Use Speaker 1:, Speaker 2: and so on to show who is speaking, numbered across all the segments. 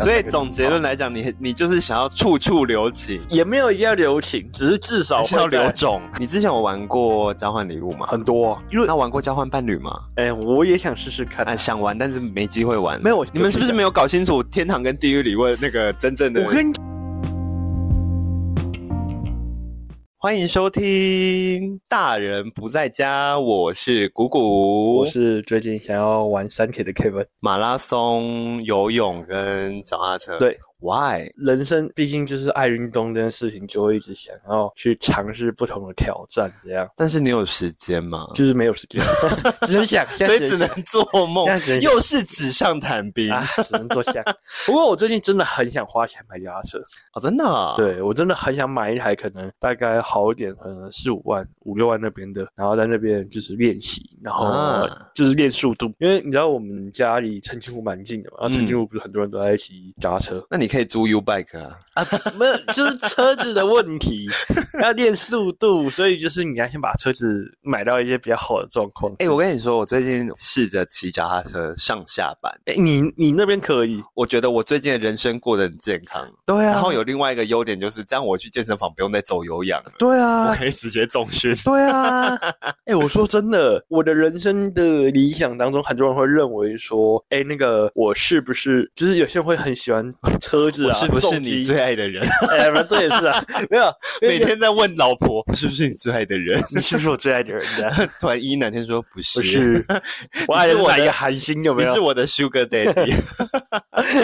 Speaker 1: 所以总结论来讲，你你就是想要处处留情，
Speaker 2: 也没有一定要留情，只是至少
Speaker 1: 还是要
Speaker 2: 会在
Speaker 1: 留种。你之前有玩过交换礼物吗？
Speaker 2: 很多。因为
Speaker 1: 那玩过交换伴侣吗？
Speaker 2: 哎、我也想试试看。
Speaker 1: 啊，想玩，但是没机会玩。
Speaker 2: 没有我
Speaker 1: 你们是不是
Speaker 2: 我
Speaker 1: 没有搞清楚天堂跟地狱礼物的那个真正的？
Speaker 2: 我跟你
Speaker 1: 欢迎收听《大人不在家》，我是谷谷，
Speaker 2: 我是最近想要玩三铁的 Kevin。
Speaker 1: 马拉松、游泳跟脚踏车。
Speaker 2: 对
Speaker 1: ，Why？
Speaker 2: 人生毕竟就是爱运动这件事情，就会一直想要去尝试不同的挑战，这样
Speaker 1: 但是你有时间吗？
Speaker 2: 就是没有时间，只能想，现
Speaker 1: 嗯所
Speaker 2: 在
Speaker 1: 以只能
Speaker 2: 想
Speaker 1: 做梦
Speaker 2: 现在只能，
Speaker 1: 又是纸上谈兵
Speaker 2: 啊，只能做想。不过我最近真的很想花钱买脚踏车，
Speaker 1: 哦，真的、啊？，
Speaker 2: 对我真的很想买一台，可能大概好一点，可能四五万、五六万那边的，然后在那边就是练习，然后
Speaker 1: 啊，
Speaker 2: 就是练速度，因为你知道我们家离澄清湖蛮近的嘛，然后澄清湖不是很多人都在骑脚踏车
Speaker 1: 那你可以租 U bike 啊。
Speaker 2: 没有，就是车子的问题， 要练速度，所以就是你要先把车子买到一些比较好的状况。
Speaker 1: 哎、我跟你说，我最近试着骑脚踏车上下班，
Speaker 2: 哎、你你那边可以，
Speaker 1: 我觉得我最近的人生过得很健康。
Speaker 2: 对啊
Speaker 1: 然后有另外一个优点就是，这样我去健身房不用再走有氧了，
Speaker 2: 对啊
Speaker 1: 我可以直接重训。
Speaker 2: 对啊，哎、我说真的，我的人生的理想当中，很多人会认为说，哎、那个我是不是，就是有些人会很喜欢车子
Speaker 1: 我
Speaker 2: 啊，
Speaker 1: 是不是
Speaker 2: 重
Speaker 1: 你
Speaker 2: 机
Speaker 1: 最？爱的人？
Speaker 2: 哎、反正这也是啊，没 有，因
Speaker 1: 每
Speaker 2: 为
Speaker 1: 天在问老婆是不是你最爱的人？
Speaker 2: 你是不是我最爱的人这 样？
Speaker 1: 突然一哪天说不是，
Speaker 2: 不是，我爱的是哪一个韩星有没
Speaker 1: 你是
Speaker 2: 有？
Speaker 1: 我的 Sugar Daddy。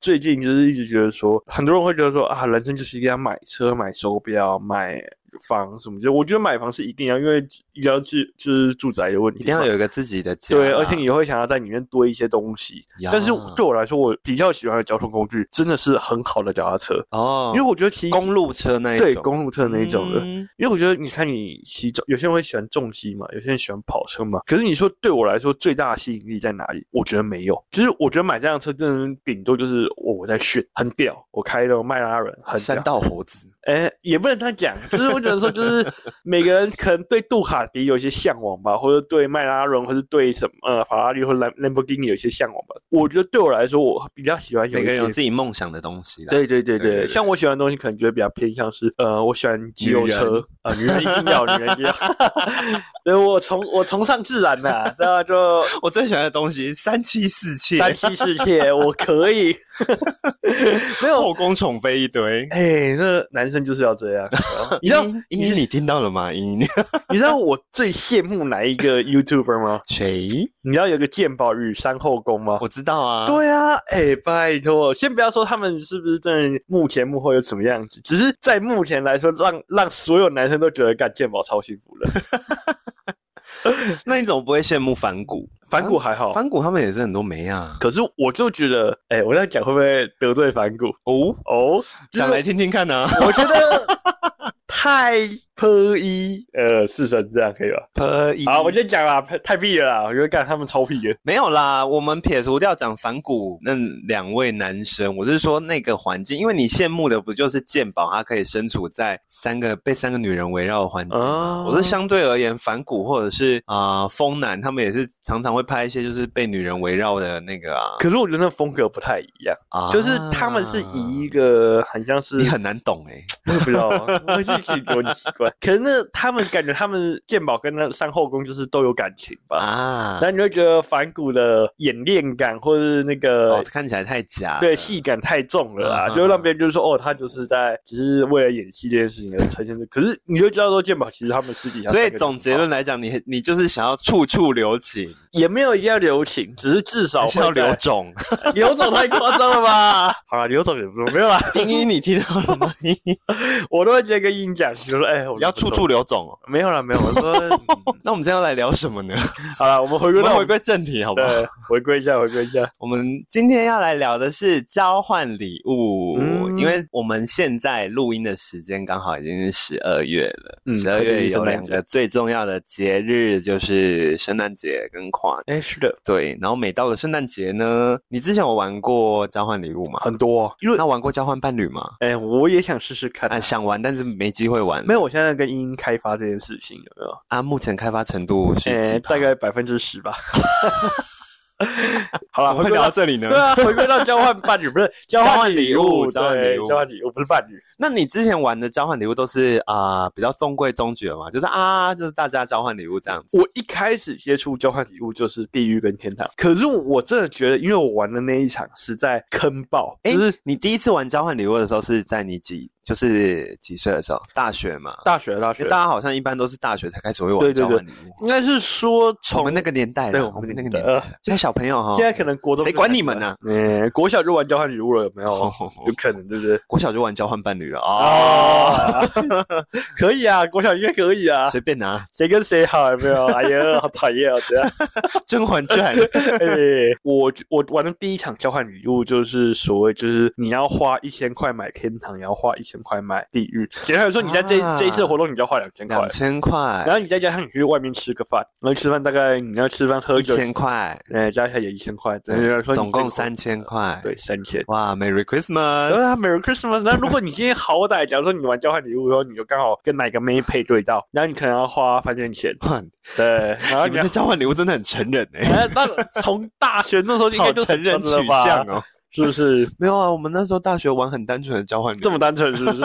Speaker 2: 最近就是一直觉得说，很多人会觉得说啊，人生就是一定要买车、买手表、买房什么的。我觉得买房是一定要，因为一定要住就是住宅的问题 嘛，
Speaker 1: 一定要有一个自己的家啦。
Speaker 2: 对，而且你会想要在里面堆一些东西。
Speaker 1: 啊呀
Speaker 2: 但是对我来说，我比较喜欢的交通工具真的是很好的脚踏车，
Speaker 1: 哦，
Speaker 2: 因为我觉得骑
Speaker 1: 公路车那一种，
Speaker 2: 对公路车那一种的。
Speaker 1: 嗯
Speaker 2: 因为我觉得，你看你骑重，有些人会喜欢重机嘛，有些人喜欢跑车嘛。可是你说对我来说最大的吸引力在哪里？我觉得没有，就是我觉得买这辆车真的顶多就是我我在炫，很屌，我开那种迈拉伦很屌
Speaker 1: 山。道猴子，
Speaker 2: 哎，也不能这样讲，就是我只能说，就是每个人可能对杜卡迪有一些向往吧，或者对迈拉伦，或者对什么呃法拉利或兰兰博基尼有一些向往吧。我觉得对我来说，我比较喜欢有
Speaker 1: 每
Speaker 2: 一
Speaker 1: 个人有
Speaker 2: 些。
Speaker 1: 自己梦想的东西啦。
Speaker 2: 对对
Speaker 1: 对
Speaker 2: 对
Speaker 1: 对
Speaker 2: 对，
Speaker 1: 对
Speaker 2: 像我喜欢的东西，可能就会比较偏向是，呃，我喜欢肌肉
Speaker 1: 女
Speaker 2: 车
Speaker 1: 人
Speaker 2: 啊、女人一定要，女人一定要。对，我崇我崇尚自然呐、然后 就
Speaker 1: 我最喜欢的东西三妻四妾，
Speaker 2: 三妻四妾，我可以。 没有，
Speaker 1: 后宫宠妃一堆。
Speaker 2: 哎、那男生就是要这 样，你
Speaker 1: 茵
Speaker 2: 知道
Speaker 1: 茵，茵茵，你听到了吗？茵茵，
Speaker 2: 你知道我最羡慕哪一个 YouTuber 吗？
Speaker 1: 谁？
Speaker 2: 你知道有个鉴宝与山后宫吗？
Speaker 1: 我知道啊。
Speaker 2: 对啊，哎、拜托，先不要说他们是不是真的幕前幕后有什么样子，只是在目前来说，让让所有男生都觉得干鉴宝超幸福了。
Speaker 1: 那你怎么不会羡慕反骨？
Speaker 2: 反骨还好，
Speaker 1: 反骨他们也是很多梅啊。
Speaker 2: 可是我就觉得，哎、我这样讲会不会得罪反骨？
Speaker 1: 哦，
Speaker 2: 哦，就是
Speaker 1: 讲来听听看啊。
Speaker 2: 我觉得太破一，呃，是神这样 可以吧？
Speaker 1: 可以
Speaker 2: 好，我先讲啦，太屁了啦，我觉得干他们超屁的。
Speaker 1: 没有啦，我们撇除掉讲反骨那两位男生，我是说那个环境，因为你羡慕的不就是鉴宝，他可以身处在三个被三个女人围绕的环境。
Speaker 2: 啊
Speaker 1: 我说相对而言，反骨或者是啊、呃、风男，他们也是常常会拍一些就是被女人围绕的那个啊，
Speaker 2: 可是我觉得那风格不太一样，
Speaker 1: 啊
Speaker 2: 就是他们是以一个很像是
Speaker 1: 你很难懂哎、
Speaker 2: 我也不知道啊，我就觉得很奇怪。可是那他们感觉他们鉴宝跟那上后宫就是都有感情 吧，
Speaker 1: 啊
Speaker 2: 然，后你会觉得反骨的演练感或是那个、
Speaker 1: 哦，看起来太假了，
Speaker 2: 对戏感太重了
Speaker 1: 啊
Speaker 2: 啦，
Speaker 1: 哈
Speaker 2: 就会让别人就是说哦，他就是在只是为了演戏这件事情而呈现的。可是你就知道说鉴宝其实他们私底下
Speaker 1: 所以
Speaker 2: 三个
Speaker 1: 总结论来讲，你你就是想要处处留情，
Speaker 2: 也没有一定要留情，只是至少
Speaker 1: 还是要
Speaker 2: 会在啊
Speaker 1: 留 啊种。
Speaker 2: 刘总太夸张 了吧？好了，刘总也不没有啦，
Speaker 1: 茵茵，你听到了吗？茵茵，
Speaker 2: 我都会直接跟英讲，就说哎， 我
Speaker 1: 你要处处留种哦。
Speaker 2: 没有了，没有，我说 嗯
Speaker 1: 那我们今天要来聊什么呢？
Speaker 2: 好了，我们回
Speaker 1: 我
Speaker 2: 归
Speaker 1: 们
Speaker 2: 到
Speaker 1: 回归正题，好不好？
Speaker 2: 对，回归一下，回归一下。
Speaker 1: 我们今天要来聊的是交换礼物，
Speaker 2: 嗯
Speaker 1: 因为我们现在录音的时间刚好已经是十二月了。
Speaker 2: 嗯
Speaker 1: 十二、月有两
Speaker 2: 圣诞
Speaker 1: 个最重要的节日，就是圣诞节跟跨年。
Speaker 2: 哎，是的，
Speaker 1: 对，然后每到了圣诞节呢，你之前有玩过交换礼物吗？
Speaker 2: 很多、因为
Speaker 1: 那玩过交换伴侣吗？
Speaker 2: 哎，我也想试试看。
Speaker 1: 啊，想玩但是没机会玩。
Speaker 2: 没有，我现在跟英英开发这件事情有没有？
Speaker 1: 啊，目前开发程度是
Speaker 2: 哎，
Speaker 1: 几趴？
Speaker 2: 大概百分之十吧。好了，
Speaker 1: 怎么
Speaker 2: 回
Speaker 1: 会
Speaker 2: 归
Speaker 1: 聊
Speaker 2: 到
Speaker 1: 到这里呢
Speaker 2: 对？啊，回归到交换伴侣，不是交
Speaker 1: 交
Speaker 2: 换
Speaker 1: 换礼
Speaker 2: 物，
Speaker 1: 物交换
Speaker 2: 对
Speaker 1: 礼物
Speaker 2: 交换礼物不是伴侣。
Speaker 1: 那你之前玩的交换礼物都是啊、比较中规中矩的嘛，就是啊，就是大家交换礼物这样子。
Speaker 2: 我一开始接触交换礼物就是地狱跟天堂，可是我真的觉得，因为我玩的那一场实在坑爆，
Speaker 1: 哎、
Speaker 2: 就是
Speaker 1: 你第一次玩交换礼物的时候是在你几就是几岁的时候？大学嘛，
Speaker 2: 大学大
Speaker 1: 因
Speaker 2: 学
Speaker 1: 为，大家好像一般都是大学才开始会
Speaker 2: 对
Speaker 1: 玩
Speaker 2: 对
Speaker 1: 交
Speaker 2: 对
Speaker 1: 换礼物。
Speaker 2: 应该是说
Speaker 1: 我
Speaker 2: 从
Speaker 1: 们那个年代啦，啊
Speaker 2: 对
Speaker 1: 我
Speaker 2: 我
Speaker 1: 们
Speaker 2: 们
Speaker 1: 那个
Speaker 2: 的
Speaker 1: 年代，
Speaker 2: 呃
Speaker 1: 现在小朋友哈，
Speaker 2: 现在可能国中
Speaker 1: 谁管你们呢、
Speaker 2: 嗯、国小就玩交换礼物了，有没有？有
Speaker 1: 哦，
Speaker 2: 可能对不对？
Speaker 1: 国小就玩交换伴侣了啊，哦
Speaker 2: 啊， 可以啊，国小应该可以啊。
Speaker 1: 随便拿
Speaker 2: 谁跟谁好有没 有？哎呀，好讨厌啊！这样，
Speaker 1: 《甄嬛传》
Speaker 2: 哎、我我玩的第一场交换礼物就是所谓，就是你要花一千块买天堂，也要花一千块买地狱。简单来说，你在这、
Speaker 1: 啊
Speaker 2: 这一次活动，你就要花两千块
Speaker 1: 两，千块，
Speaker 2: 然后你再加上你去外面吃个饭，然后吃饭大概你要吃饭喝
Speaker 1: 一
Speaker 2: 酒，
Speaker 1: 千块，
Speaker 2: 哎，加起来也一千块，等于嗯说你
Speaker 1: 总共
Speaker 2: 这个
Speaker 1: 三千块，
Speaker 2: 对三千。
Speaker 1: 哇，Merry Christmas！
Speaker 2: 对啊，Merry Christmas！那如果你今天好歹，假如说你玩交换礼物的时候，你就刚好跟哪个妹配对到，然后你可能要花饭店钱，
Speaker 1: 哇，
Speaker 2: 对，然后
Speaker 1: 你
Speaker 2: 你
Speaker 1: 们
Speaker 2: 要
Speaker 1: 的，交换礼物真的很成人哎、
Speaker 2: 哎那从大学那时 候就应该
Speaker 1: 好
Speaker 2: 就
Speaker 1: 成人
Speaker 2: 了
Speaker 1: 取
Speaker 2: 吧
Speaker 1: 向，哦。
Speaker 2: 是不是？
Speaker 1: 没有啊，我们那时候大学玩很单纯的交换礼
Speaker 2: 这
Speaker 1: 物，
Speaker 2: 么单纯是不是？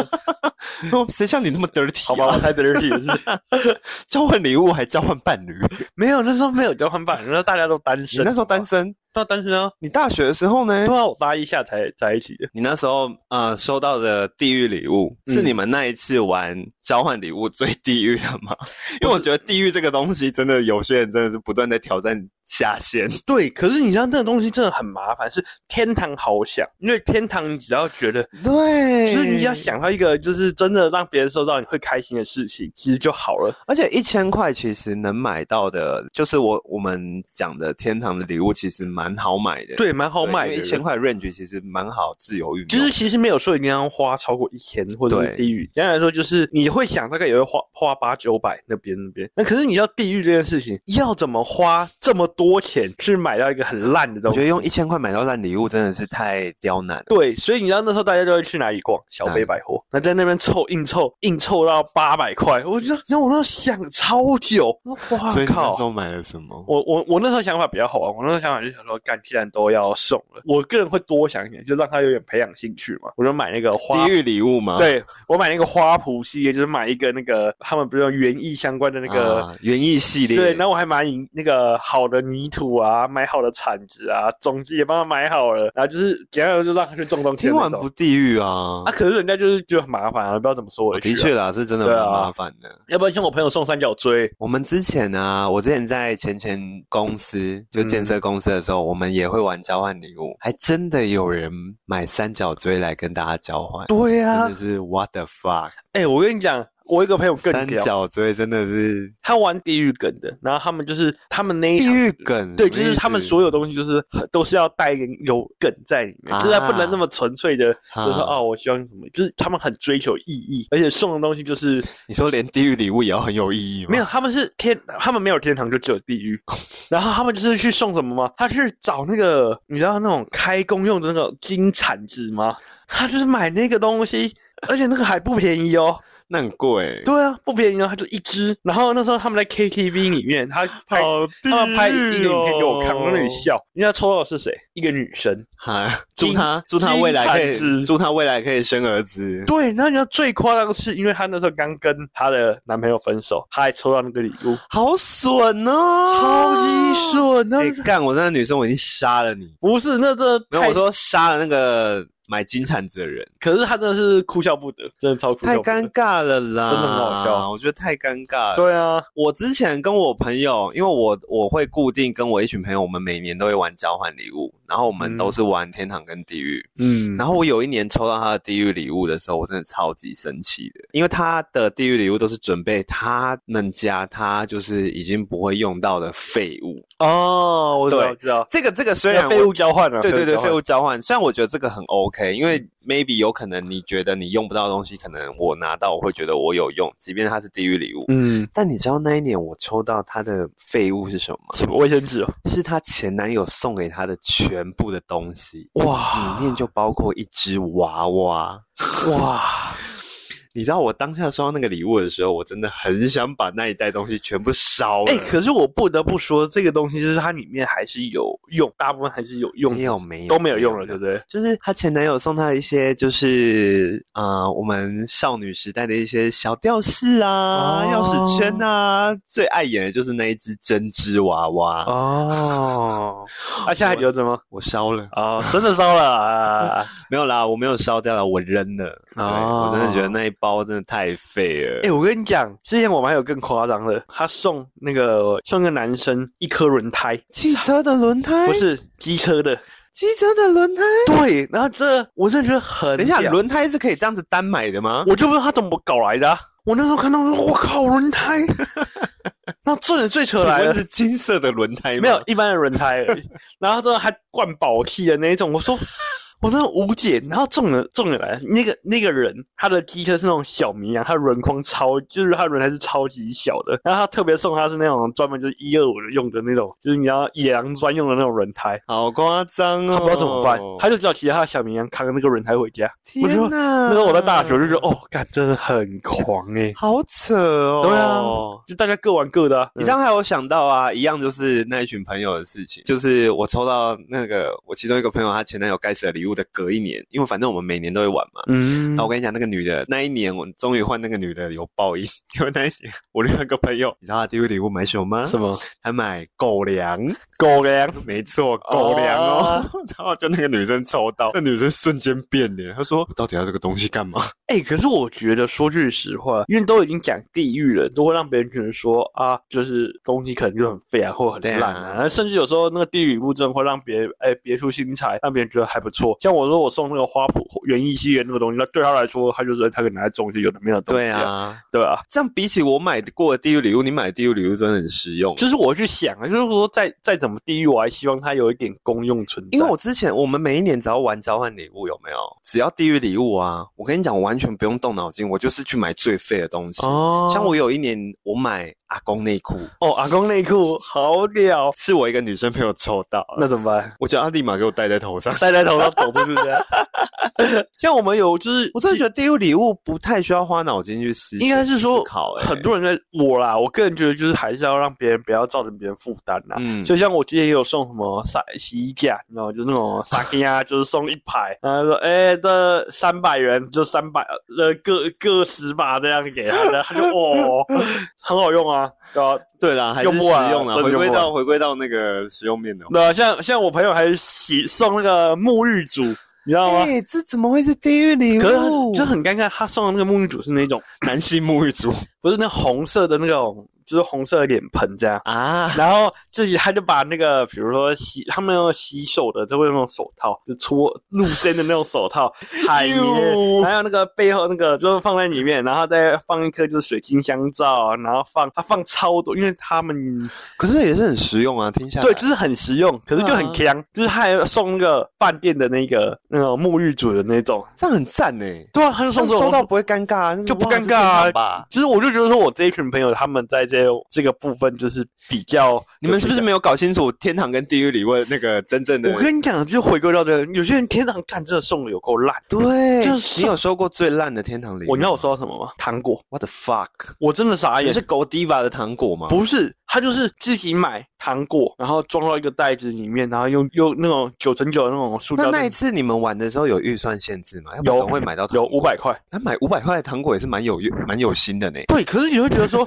Speaker 1: 谁像你那么 dirty？、啊、
Speaker 2: 好吧，我，太 dirty 了是不是。
Speaker 1: 交换礼物还交换伴 侣，
Speaker 2: 没有，那时候没有交换伴侣，那时候大家都单
Speaker 1: 你
Speaker 2: 身。
Speaker 1: 那时候单，身？
Speaker 2: 到单身啊？
Speaker 1: 你大学的时候呢
Speaker 2: 对？啊，我大一下才在一起的。
Speaker 1: 你那时候呃收到的地狱礼物、
Speaker 2: 嗯
Speaker 1: 是你们那一次玩交换礼物最地狱的 吗？因为我觉得地狱这个东西真的有些人真的是不断在挑战下 限。
Speaker 2: 对，可是你知道那个东西真的很麻烦，是天堂好想，因为天堂你只要觉得
Speaker 1: 对
Speaker 2: 其实你只要，想到一个就是真的让别人收到你会开心的事情，其实就好了。
Speaker 1: 而且一千块其实能买到的，就是我我们讲的天堂的礼物，其实蛮好买的。
Speaker 2: 对，蛮好
Speaker 1: 对，
Speaker 2: 买的。
Speaker 1: 一千，块 range 其实蛮好自由运用。
Speaker 2: 其实其实没有说一定要花超过一千或者
Speaker 1: 对
Speaker 2: 是低于。简单来说，就是你会想大概也会花花八九百那边那边。那可是你要地狱这件事情，要怎么花这么多钱去买到一个很烂的
Speaker 1: 我
Speaker 2: 东
Speaker 1: 觉得
Speaker 2: 西？
Speaker 1: 用一千块买到烂礼物真的是太刁难了。
Speaker 2: 对，所以你知道那时候大家都会去哪里逛？小北百
Speaker 1: 嗯
Speaker 2: 货。那在那边凑硬凑硬凑到八百块，我就那我那时候想超久，我说哇
Speaker 1: 所以你那
Speaker 2: 啊靠！
Speaker 1: 时候买了什么？
Speaker 2: 我我我那时候想法比较好玩，我那时候想法就想说，干既然都要送了，我个人会多想一点，就让他有点培养兴趣嘛。我就买那个花
Speaker 1: 地，狱礼物吗？
Speaker 2: 对我买那个花圃系列，就是买一个那个他们不是有园艺相关的那个。
Speaker 1: 啊园艺系列。
Speaker 2: 对，然后我还买那个好的泥土啊，买好的铲子啊，种子也帮他买好了，然后就是简单的就让他去种东西的
Speaker 1: 听
Speaker 2: 那
Speaker 1: 完
Speaker 2: 种。
Speaker 1: 不地狱啊
Speaker 2: 啊，？可是人家就是觉得很麻烦啊，不知道怎么说我
Speaker 1: 哦的确啦，是真的
Speaker 2: 对
Speaker 1: 蛮
Speaker 2: 啊
Speaker 1: 麻烦的。
Speaker 2: 要不然像我朋友送三角锥，
Speaker 1: 我们之前啊，我之前在前前公司，就建
Speaker 2: 嗯
Speaker 1: 设公司的时候，我们也会玩交换礼物，还真的有人买三角锥来跟大家交换，
Speaker 2: 对啊
Speaker 1: 真
Speaker 2: 呀、
Speaker 1: 的是 what the fuck！
Speaker 2: 哎、我跟你讲，我有一个朋友更
Speaker 1: 三
Speaker 2: 屌，
Speaker 1: 角锥真的是
Speaker 2: 他玩地狱梗的，然后他们就是他们那一
Speaker 1: 地
Speaker 2: 场。
Speaker 1: 狱梗，
Speaker 2: 对，
Speaker 1: 什
Speaker 2: 就
Speaker 1: 么意
Speaker 2: 是他们
Speaker 1: 思
Speaker 2: 所有东西，就是很都是要带一个有梗在里面，就是他不能那么纯粹的，
Speaker 1: 啊
Speaker 2: 就是说哦，我希望什么，就是他们很追求意义，而且送的东西就是
Speaker 1: 你说连地狱礼物也要很有意义吗？
Speaker 2: 没有，，他们是天，他们没有天堂，就只有地狱。 然后他们就是去送什么吗？他去找那个，你知道那种开工用的那种金铲子吗？他就是买那个东西，而且那个还不便宜哦。
Speaker 1: 那很贵。
Speaker 2: 对啊，不便宜哦，他就一支。然后那时候他们在 KTV 里面，他拍
Speaker 1: 好地狱
Speaker 2: 他
Speaker 1: 哦
Speaker 2: 们拍一哦个影片给我看，我在那里。笑。人家抽到的是谁？一个女生。
Speaker 1: 哈，祝
Speaker 2: 金
Speaker 1: 他祝他未来可
Speaker 2: 金铲
Speaker 1: 以
Speaker 2: 子
Speaker 1: 祝他未来可以生儿子。
Speaker 2: 对，那你要最夸张的是，因为她那时候刚跟她的男朋友分手，她还抽到那个礼物，
Speaker 1: 好损
Speaker 2: 啊
Speaker 1: 哦，
Speaker 2: 超级。顺。那、
Speaker 1: 哎，干！我那个女生，我已经杀了你。
Speaker 2: 不是那这
Speaker 1: 没
Speaker 2: 太
Speaker 1: 有，我说杀了那个买金铲子的人，
Speaker 2: 可是她真的是哭笑不得，真的超哭
Speaker 1: 太
Speaker 2: 笑不得。
Speaker 1: 尴尬了啦！
Speaker 2: 真的很好笑
Speaker 1: 我觉得太尴尬了。
Speaker 2: 对啊，
Speaker 1: 我之前跟我朋友，因为我我会固定跟我一群朋友，我们每年都会玩交换礼物，然后我们
Speaker 2: 嗯
Speaker 1: 都是玩天堂跟地狱。
Speaker 2: 嗯
Speaker 1: 然后我有一年抽到他的地狱礼物的时候，我真的超级生气的，因为他的地狱礼物都是准备他们家他就是已经不会用到的废物。
Speaker 2: 哦，我知道，
Speaker 1: 对
Speaker 2: 我知道，
Speaker 1: 这个这个虽
Speaker 2: 对
Speaker 1: 然
Speaker 2: 啊，
Speaker 1: 我
Speaker 2: 废物交换了，
Speaker 1: 对对对废
Speaker 2: 交换
Speaker 1: 物交换，虽然我觉得这个很 OK，因为 maybe 有可能你觉得你用不到的东西，可能我拿到我会觉得我有用，即便它是地狱礼物。
Speaker 2: 嗯，
Speaker 1: 但你知道那一年我抽到他的废物是什么吗？
Speaker 2: 什么卫生纸哦？
Speaker 1: 是她前男友送给她的全部的东西，
Speaker 2: 哇
Speaker 1: 里面就包括一只娃娃。
Speaker 2: 哇，
Speaker 1: 你知道我当下收到那个礼物的时候，我真的很想把那一袋东西全部烧了。
Speaker 2: 哎、可是我不得不说，这个东西就是它里面还是有用，大部分还是有用的，
Speaker 1: 没有没有
Speaker 2: 都没有用了，对不对？
Speaker 1: 就是她前男友送她一些，就是啊、呃我们少女时代的一些小吊饰啊、
Speaker 2: 哦
Speaker 1: 钥匙圈啊，最碍眼的就是那一只针织娃娃，
Speaker 2: 哦， 啊，现在还留着吗？
Speaker 1: 我烧了，
Speaker 2: 哦，真的烧了 啊！
Speaker 1: 没有啦，我没有烧掉啦，我扔了。对
Speaker 2: 哦
Speaker 1: 我真的觉得那一包真的太废了。
Speaker 2: 哎、我跟你讲，之前我们还有更夸张的，他送那个送个男生一颗轮胎，
Speaker 1: 汽车的轮胎
Speaker 2: 不是机车的，
Speaker 1: 机车的轮胎。
Speaker 2: 对。然后这我真的觉得很
Speaker 1: 等一下，
Speaker 2: 屌
Speaker 1: 轮胎是可以这样子单买的吗？
Speaker 2: 我就不知道他怎么搞来的、啊。我那时候看到，我靠，轮胎！ 那这人最扯
Speaker 1: 请
Speaker 2: 来
Speaker 1: 问
Speaker 2: 了，
Speaker 1: 是金色的轮胎吗？
Speaker 2: 没有一般的轮胎 而已，然后之后还灌宝气的那一种，我说。我真的无解，然后重了重了来了，那个那个人他的机车是那种小绵羊，他的轮框超，就是他的轮胎是超级小的，然后他特别送他是那种专门就是一二五用的那种，就是你要野狼专用的那种轮胎，
Speaker 1: 好夸张哦！
Speaker 2: 他不知道怎么办，他就叫其他的小绵羊扛着那个轮胎回家。我就说
Speaker 1: 天哪！
Speaker 2: 那时候我在大学就觉得，哦，干真的很狂诶、
Speaker 1: 好扯哦。
Speaker 2: 对啊就大家各玩各的、啊，
Speaker 1: 你这样还有想到啊，一样就是那一群朋友的事情，就是我抽到那个我其中一个朋友她前男友该死的礼物的隔一年，因为反正我们每年都会玩嘛。
Speaker 2: 嗯
Speaker 1: 然后我跟你讲，那个女的那一年，我终于换那个女的有报应， 因为那一年我另外一个朋友，你知道他第一个礼物买什么吗？
Speaker 2: 嗯什么
Speaker 1: 他买狗粮，
Speaker 2: 狗粮？
Speaker 1: 没错，狗粮哦。 然后就那个女生抽到，那女生瞬间变脸，她说：“我到底要这个东西干嘛
Speaker 2: 哎、可是我觉得说句实话，因为都已经讲地域了，都会让别人觉得说啊，就是东西可能就很废啊，或很
Speaker 1: 对啊
Speaker 2: 烂啊，甚至有时候那个地域物证会让别人哎别出心裁，让别人觉得还不错。像我说我送那个花圃园艺系列那个东西，那对他来说，他就是他可能拿来种一些有的没有的？”东西、
Speaker 1: 对，啊，
Speaker 2: 对啊，
Speaker 1: 这样比起我买过的地狱礼物，你买的地狱礼物真的很实用。
Speaker 2: 就是我去想啊，就是说再再怎么地域，我还希望它有一点功用存在。
Speaker 1: 因为我之前我们每一年只要玩交换礼物，有没有？只要地狱礼物啊，我跟你讲，我完全不用动脑筋，我就是去买最废的东西。
Speaker 2: 哦，
Speaker 1: 像我有一年我买阿公内裤，
Speaker 2: 哦，阿公内裤好屌，
Speaker 1: 是我一个女生朋友抽到，
Speaker 2: 那怎么办？
Speaker 1: 我觉得她立马给我戴在头上。
Speaker 2: 戴在头上走出去这样。 像我们有就是
Speaker 1: 我真的觉得地狱礼物不太需要花脑筋去思，
Speaker 2: 应该是说
Speaker 1: 思考、欸、
Speaker 2: 很多人在我啦，我个人觉得就是还是要让别人不要造成别人负担啦。
Speaker 1: 嗯，
Speaker 2: 就像我之前也有送什么撒洗衣架，你知道吗？就那种撒克啊，就是送一排，
Speaker 1: 嗯
Speaker 2: 然后说，哎、这三百元就三百，呃，各各十把这样给他，然后他 就哦，很好用啊，对吧、
Speaker 1: 对啦，还是
Speaker 2: 用
Speaker 1: 实
Speaker 2: 不完啊
Speaker 1: 用啦，
Speaker 2: 真的
Speaker 1: 回
Speaker 2: 用
Speaker 1: 归
Speaker 2: 不完
Speaker 1: 到回归到那个实用面的。
Speaker 2: 那啊像像我朋友还洗送那个沐浴组，你知道吗？
Speaker 1: 哎，哦这怎么会是地狱礼
Speaker 2: 可是很就很尴尬，他送的那个沐浴组是那种
Speaker 1: 男性沐浴 组
Speaker 2: 不是那红色的那种，就是红色的脸盆这样。
Speaker 1: 啊，
Speaker 2: 然后自己他就把那个，比如说洗他们用洗手的，都会用那种手套，就搓露肩的那种手套，海绵，
Speaker 1: 哟
Speaker 2: 还有那个背后那个就是放在里面，然后再放一颗就是水晶香皂，然后放他放超多，因为他们
Speaker 1: 可是也是很实用啊，听下来
Speaker 2: 对就是很实用，可是就很
Speaker 1: 嗯
Speaker 2: 香，就是他还送那个饭店的那个那种沐浴组的那种，
Speaker 1: 这样很赞呢、
Speaker 2: 对啊，他就送这种
Speaker 1: 收到不会尴尬、啊，
Speaker 2: 就不
Speaker 1: 哇
Speaker 2: 尴尬
Speaker 1: 这
Speaker 2: 啊
Speaker 1: 很好吧？
Speaker 2: 其实我就觉得说，我这一群朋友他们在这这个部分就是比较，
Speaker 1: 你们是不是没有搞清楚天堂跟地狱礼物那个真正的？
Speaker 2: 我跟你讲，就回归到这个，有些人天堂干这送的有够烂。
Speaker 1: 对，
Speaker 2: 就是
Speaker 1: 你有收过最烂的天堂礼物？
Speaker 2: 我你知道我收到什么吗？糖果，
Speaker 1: ，What the fuck？
Speaker 2: 我真的傻
Speaker 1: 也
Speaker 2: 眼
Speaker 1: 是。狗 diva 的糖果吗？
Speaker 2: 不是，他就是自己买糖果，然后装到一个袋子里面，然后用用那种九乘九的那种塑
Speaker 1: 那
Speaker 2: 胶
Speaker 1: 那
Speaker 2: 袋
Speaker 1: 一
Speaker 2: 子，
Speaker 1: 次你们玩的时候有预算限制吗？要不然
Speaker 2: 有
Speaker 1: 总会买到糖
Speaker 2: 有
Speaker 1: 果
Speaker 2: 五百块。
Speaker 1: 那买五百块的糖果也是蛮有蛮有心的呢。
Speaker 2: 对，可是你会觉得 说，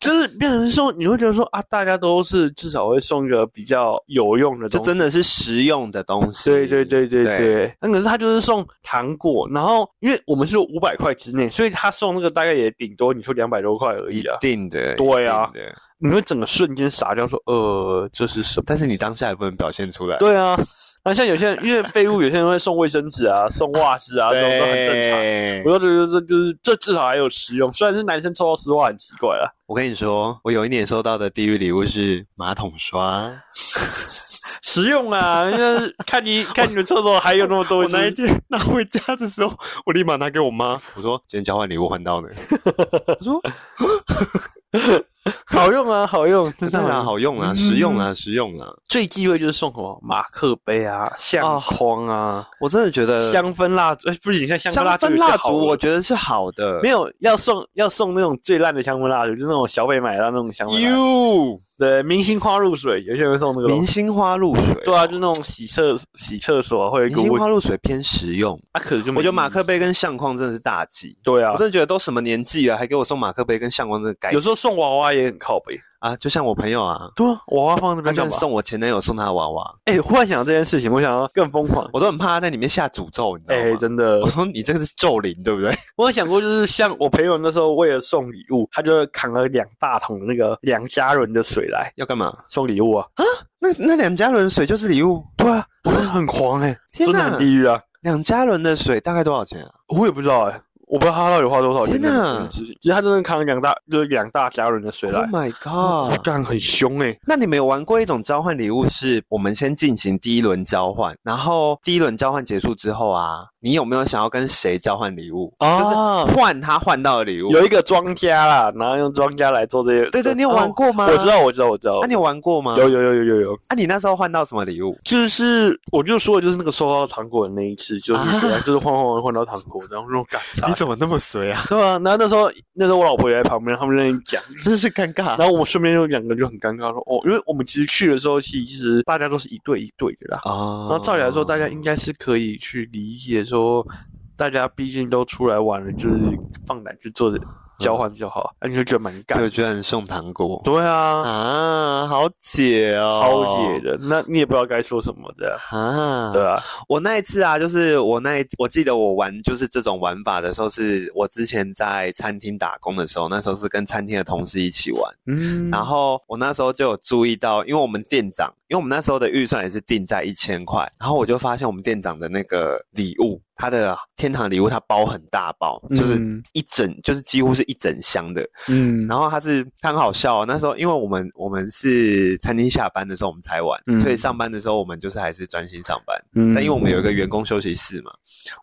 Speaker 2: 就是变成说，你会觉得说啊，大家都是至少会送一个比较有用的
Speaker 1: 这
Speaker 2: 东西。
Speaker 1: 真的是实用的东西。
Speaker 2: 对对对对
Speaker 1: 对
Speaker 2: 对，那可是他就是送糖果，然后因为我们是五百块之内，所以他送那个大概也顶多你说两百多块而
Speaker 1: 一
Speaker 2: 已啊。
Speaker 1: 定的，
Speaker 2: 对啊
Speaker 1: 一定的。
Speaker 2: 你会整个瞬间傻掉，说呃这是什么？
Speaker 1: 但是你当下也不能表现出来，
Speaker 2: 对啊，那像有些人因为废物，有些人会送卫生纸啊、送袜子啊，这种都很正常。
Speaker 1: 常。
Speaker 2: 我就觉得这就是这至少还有实用，虽然是男生抽到丝袜很奇怪啊，
Speaker 1: 我跟你说，我有一年收到的地狱礼物是马桶刷。
Speaker 2: 实用啊，因为看你看你们厕所还有那么多
Speaker 1: 我
Speaker 2: 只，
Speaker 1: 那一天拿回家的时候，我 立马拿给我妈，我说今天交换礼物换到呢。她说
Speaker 2: 好用啊，好用，真
Speaker 1: 当然
Speaker 2: 的。
Speaker 1: 好用啊，实用啊，实用啊！
Speaker 2: 最忌讳就是送什么马克杯啊、相框啊、
Speaker 1: 我真的觉得
Speaker 2: 香氛烛，烛，哎不行，像香氛
Speaker 1: 香
Speaker 2: 蜡烛
Speaker 1: 氛
Speaker 2: 有些
Speaker 1: 蜡
Speaker 2: 好
Speaker 1: 烛，
Speaker 2: 了
Speaker 1: 我觉得是好的。
Speaker 2: 没有要送要送那种最烂的香氛蜡烛，就是那种小北买的那种香氛蜡烛。
Speaker 1: You
Speaker 2: 对，明星花露水，有些人会送那个东
Speaker 1: 明
Speaker 2: 西。
Speaker 1: 星花露水，
Speaker 2: 对啊，就是那种洗厕洗厕所啊会有一
Speaker 1: 明
Speaker 2: 个
Speaker 1: 星
Speaker 2: 味
Speaker 1: 花，露水偏实用。
Speaker 2: 啊，可是就没
Speaker 1: 我觉得马
Speaker 2: 意义
Speaker 1: 克杯跟相框真的是大忌。
Speaker 2: 对啊
Speaker 1: 我，真的觉得都什么年纪了，还给我送马克杯跟相框，真的改
Speaker 2: 有时候送娃娃也很靠北。
Speaker 1: 啊！就像我朋友啊，
Speaker 2: 对啊，娃娃放那
Speaker 1: 他
Speaker 2: 边
Speaker 1: 居然
Speaker 2: 干嘛？
Speaker 1: 送我前男友送他的娃娃，
Speaker 2: 哎、忽然想到这件事情，我想要更疯狂。
Speaker 1: 我都很怕他在里面下诅咒，你知道
Speaker 2: 哎、
Speaker 1: 吗？
Speaker 2: 真的
Speaker 1: 我，说你这个是咒灵，对不 对？
Speaker 2: 我有想过，就是像我朋友那时候为了送礼物，他就扛了两大桶的那个梁家仑的水来
Speaker 1: 要干嘛？
Speaker 2: 送礼物啊。
Speaker 1: 那那两加仑水就是礼物，
Speaker 2: 对啊，我真的很狂哎、
Speaker 1: 天
Speaker 2: 真的
Speaker 1: 哪
Speaker 2: 很地狱啊！
Speaker 1: 两加仑的水大概多少钱啊？
Speaker 2: 我也不知道哎、我不知道他到底花多少钱
Speaker 1: 天哪
Speaker 2: 在这件事情。其实他真的扛两大，就是两大家仑的水
Speaker 1: Oh
Speaker 2: 来，
Speaker 1: my
Speaker 2: 哇
Speaker 1: god！
Speaker 2: 干、很凶哎、
Speaker 1: 那你们有玩过一种交换礼物，是我们先进行第一轮交换，然后第一轮交换结束之后啊，你有没有想要跟谁交换礼物？
Speaker 2: 哦
Speaker 1: 就是换他换到的礼物。
Speaker 2: 有一个庄家啦，然后用庄家来做这些。
Speaker 1: 对对，你有玩过吗？
Speaker 2: 哦我知。道，我知道，我知道。
Speaker 1: 啊，你有玩过吗？
Speaker 2: 有。有有有有有，
Speaker 1: 啊，你那时候换到什么礼物？
Speaker 2: 就是我就说的就是那个收到糖果的那一次，就是
Speaker 1: 啊
Speaker 2: 怎样就是换换换换到糖果，然后那种感觉。
Speaker 1: 怎么那么随啊？
Speaker 2: 对啊，然后那时候那时候我老婆也在旁边，他们在那里讲，
Speaker 1: 真是尴尬。
Speaker 2: 然后我们顺便就两个就很尴尬说，哦，因为我们其实去的时候，其实大家都是一对一对的啦，
Speaker 1: 哦
Speaker 2: 然后照理来说，大家应该是可以去理解说，大家毕竟都出来玩了，就是放胆去做交换就好，那、你就觉得蛮尬
Speaker 1: 就。居然送糖果
Speaker 2: 对啊，
Speaker 1: 啊，好解哦，
Speaker 2: 超解的，那你也不知道该说什么的，
Speaker 1: 啊。
Speaker 2: 对啊，
Speaker 1: 我那一次啊，就是我那一，我记得我玩就是这种玩法的时候，是我之前在餐厅打工的时候，那时候是跟餐厅的同事一起玩。
Speaker 2: 嗯
Speaker 1: 然后我那时候就有注意到，因为我们店长，因为我们那时候的预算也是定在一千块，然后我就发现我们店长的那个礼物，他的天堂礼物，他包很大包，就是
Speaker 2: 嗯
Speaker 1: 一整，就是几乎是一整箱的。
Speaker 2: 嗯，
Speaker 1: 然后他是他很好笑、哦，那时候因为我们我们是餐厅下班的时候我们才玩，
Speaker 2: 嗯
Speaker 1: 所以上班的时候我们就是还是专心上班。
Speaker 2: 嗯
Speaker 1: 但因为我们有一个员工休息室嘛，